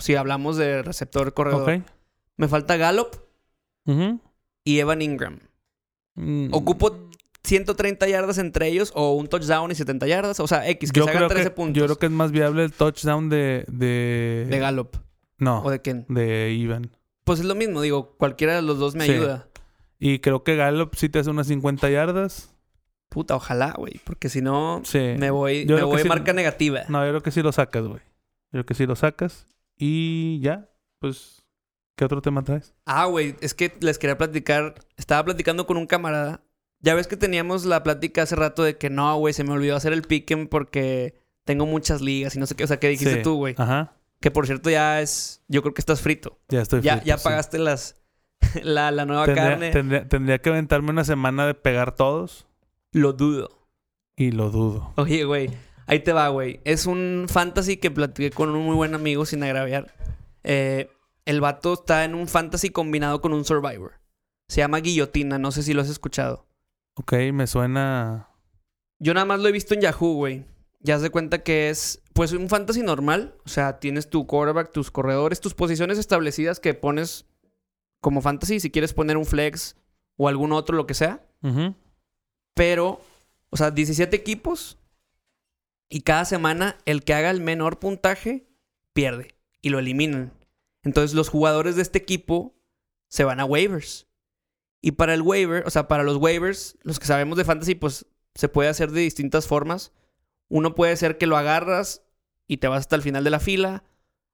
S3: Si hablamos de receptor corredor.
S1: Ok.
S3: Me falta Gallup
S1: Ujú.
S3: y Evan Ingram.
S1: Mm,
S3: Ocupo 130 yardas entre ellos o un touchdown y 70 yardas. O sea, X, que
S1: yo
S3: se hagan
S1: creo
S3: 13
S1: que,
S3: puntos.
S1: Yo creo que es más viable el touchdown de. De,
S3: De Gallup.
S1: No,
S3: ¿O de quién?
S1: de Ivan.
S3: Pues es lo mismo, digo, cualquiera de los dos me
S1: Sí.
S3: ayuda.
S1: Y creo que Gallup sí te hace unas 50 yardas.
S3: Puta, ojalá, güey. Porque si no,
S1: Sí.
S3: me voy,
S1: Yo
S3: me
S1: creo que
S3: voy
S1: sí.
S3: marca negativa.
S1: No, yo creo que sí lo sacas, güey. Yo creo que sí lo sacas. Y ya, pues, ¿qué otro tema traes?
S3: Ah, güey, es que les quería platicar. Estaba platicando con un camarada. Ya ves que teníamos la plática hace rato de que no, güey, se me olvidó hacer el piquen porque tengo muchas ligas y no sé qué. O sea, que dijiste
S1: Sí. Ah.
S3: tú, güey.
S1: Ajá.
S3: Que por cierto ya es. Yo creo que estás frito.
S1: Ya estoy
S3: ya
S1: frito,
S3: ya
S1: sí.
S3: pagaste las. La, la nueva
S1: Tendría,
S3: carne.
S1: tendría- tendría que aventarme una semana de pegar todos
S3: Lo dudo.
S1: y lo dudo.
S3: Oye, güey. Ahí te va, güey. Es un fantasy que platiqué con un muy buen amigo sin agraviar. Eh, el vato está en un fantasy combinado con un survivor. Se llama Guillotina, no sé si lo has escuchado.
S1: Ok, me suena.
S3: Yo nada más lo he visto en Yahoo, güey. Ya se cuenta que es, pues, un fantasy normal. O sea, tienes tu quarterback, tus corredores, tus posiciones establecidas que pones como fantasy. Si quieres poner un flex o algún otro, lo que sea.
S1: Ujú.
S3: Pero, o sea, 17 equipos. Y cada semana el que haga el menor puntaje pierde. Y lo eliminan. Entonces los jugadores de este equipo se van a waivers. Y para el waiver, o sea, para los waivers, los que sabemos de fantasy, pues se puede hacer de distintas formas. Uno puede ser que lo agarras y te vas hasta el final de la fila.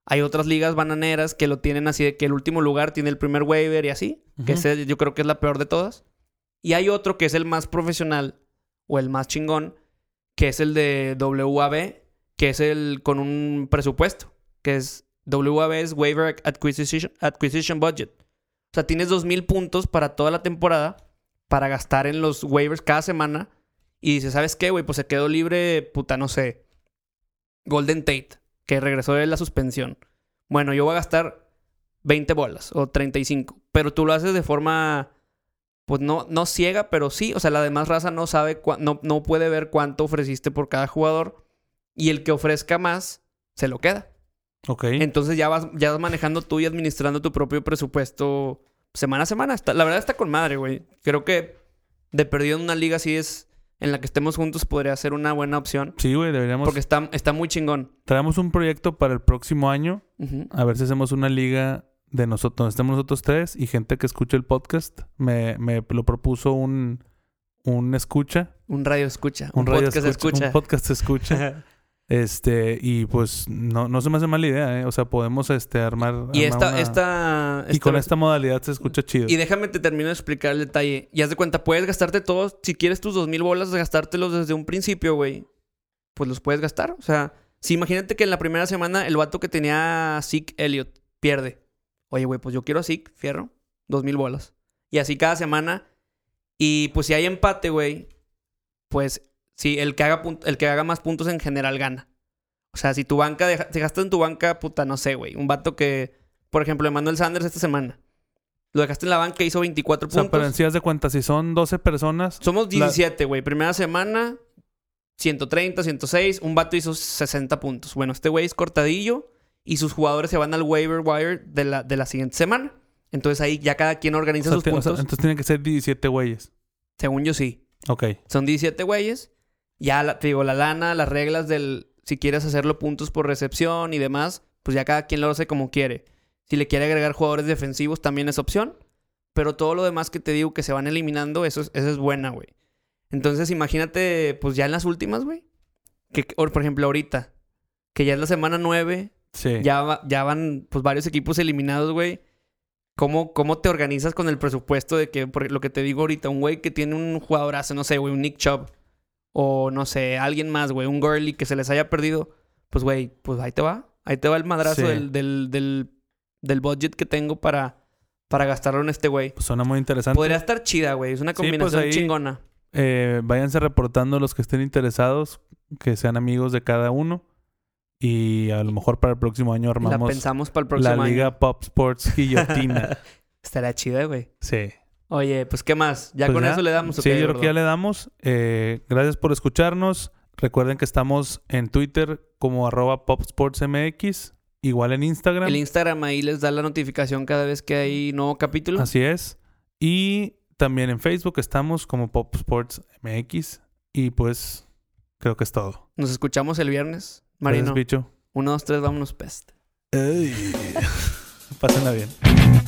S3: Hay otras ligas bananeras que lo tienen así de que el último lugar tiene el primer waiver y así. Que
S1: Ujú.
S3: ese yo creo que es la peor de todas. Y hay otro que es el más profesional o el más chingón, que es el de WAB, que es el con un presupuesto, que es WAB es Waiver Acquisition, Acquisition Budget. O sea, tienes 2.000 puntos para toda la temporada para gastar en los waivers cada semana. Y dices, ¿sabes qué, güey? Pues se quedó libre, puta, no sé. Golden Tate, que regresó de la suspensión. Bueno, yo voy a gastar 20 bolas o 35. Pero tú lo haces de forma, pues no, no ciega, pero sí. O sea, la demás raza no sabe, cua- no, no puede ver cuánto ofreciste por cada jugador. Y el que ofrezca más, se lo queda.
S1: Ok.
S3: Entonces ya vas, ya vas manejando tú y administrando tu propio presupuesto semana a semana. Está- la verdad está con madre, güey. Creo que de perdido en una liga así es en la que estemos juntos podría ser una buena opción.
S1: Sí, güey, deberíamos.
S3: Porque está, está muy chingón.
S1: Traemos un proyecto para el próximo año.
S3: Ujú.
S1: A ver si hacemos una liga de nosotros, donde estemos nosotros tres y gente que escuche el podcast. Me, me lo propuso un, un escucha.
S3: Un radio escucha.
S1: Un,
S3: Un,
S1: radio
S3: podcast escucha.
S1: Un podcast escucha. este, y pues no, no se me hace mala idea, ¿eh? O sea, podemos este, armar. armar
S3: y esta,
S1: una-
S3: esta,
S1: Y con
S3: esta-
S1: esta modalidad se escucha chido.
S3: Y déjame te termino de explicar el detalle. Y haz de cuenta, puedes gastarte todos. Si quieres tus dos mil bolas, gastártelos desde un principio, güey. Pues los puedes gastar. O sea, si imagínate que en la primera semana el vato que tenía a Zeke Elliot pierde. Oye, güey, pues yo quiero a Zeke, fierro. Dos mil bolas. Y así cada semana. Y pues si hay empate, güey, pues si el que haga, pun- el que haga más puntos en general gana. O sea, si tu banca, deja- te gastas en tu banca, puta, no sé, güey. Un vato que, por ejemplo, Emmanuel Sanders esta semana. Lo dejaste en la banca, e hizo 24
S1: o sea,
S3: puntos.
S1: pero en sí haz de cuenta, si son 12 personas,
S3: Somos
S1: La-
S3: 17, güey. Primera semana, 130, 106. Un vato hizo 60 puntos. Bueno, este güey es cortadillo y sus jugadores se van al waiver wire de la, de la siguiente semana. Entonces ahí ya cada quien
S1: o
S3: organiza
S1: sea,
S3: sus
S1: te- o sea,
S3: puntos.
S1: entonces tienen que ser 17 güeyes.
S3: Según yo sí.
S1: Ok.
S3: Son 17 güeyes. Ya la- te digo, la lana, las reglas del si quieres hacerlo puntos por recepción y demás, pues ya cada quien lo hace como quiere. Si le quiere agregar jugadores defensivos también es opción. Pero todo lo demás que te digo que se van eliminando, eso es, eso es buena, güey. Entonces imagínate, pues ya en las últimas, güey. Que, que- o, por ejemplo, ahorita, que ya es la semana 9,
S1: Sí.
S3: ya, va- ya van pues varios equipos eliminados, güey. ¿Cómo, ¿Cómo te organizas con el presupuesto de que, por lo que te digo ahorita, un güey que tiene un jugadorazo, no sé, güey, un Nick Chubb, o no sé, alguien más, güey, un Gurley que se les haya perdido, pues, güey, pues ahí te va, ahí te va el madrazo
S1: Sí.
S3: del, del, del, del budget que tengo para, para gastarlo en este güey.
S1: Pues suena muy interesante.
S3: Podría estar chida, güey, es una
S1: Sí, pues,
S3: combinación
S1: ahí-
S3: chingona.
S1: Eh, váyanse reportando los que estén interesados, que sean amigos de cada uno. Y a lo mejor para el próximo año
S3: La
S1: armamos
S3: pensamos para el
S1: la,
S3: próximo
S1: Liga
S3: año.
S1: Pop Sports Guillotina.
S3: Estará chida, güey.
S1: sí.
S3: Oye, pues, ¿qué más? Ya
S1: Pues
S3: con
S1: ya.
S3: eso le damos, ¿o
S1: Sí,
S3: qué,
S1: yo creo
S3: gordo?
S1: que ya le damos. Eh, gracias por escucharnos. Recuerden que estamos en Twitter como arroba popsportsmx, igual en Instagram.
S3: El Instagram ahí les da la notificación cada vez que hay nuevo capítulo.
S1: Así es. Y también en Facebook estamos como popsportsmx. Y pues creo que es todo.
S3: Nos escuchamos el viernes.
S1: Gracias,
S3: Marino,
S1: bicho.
S3: uno, dos, tres, vámonos, peste.
S1: Pásenla bien.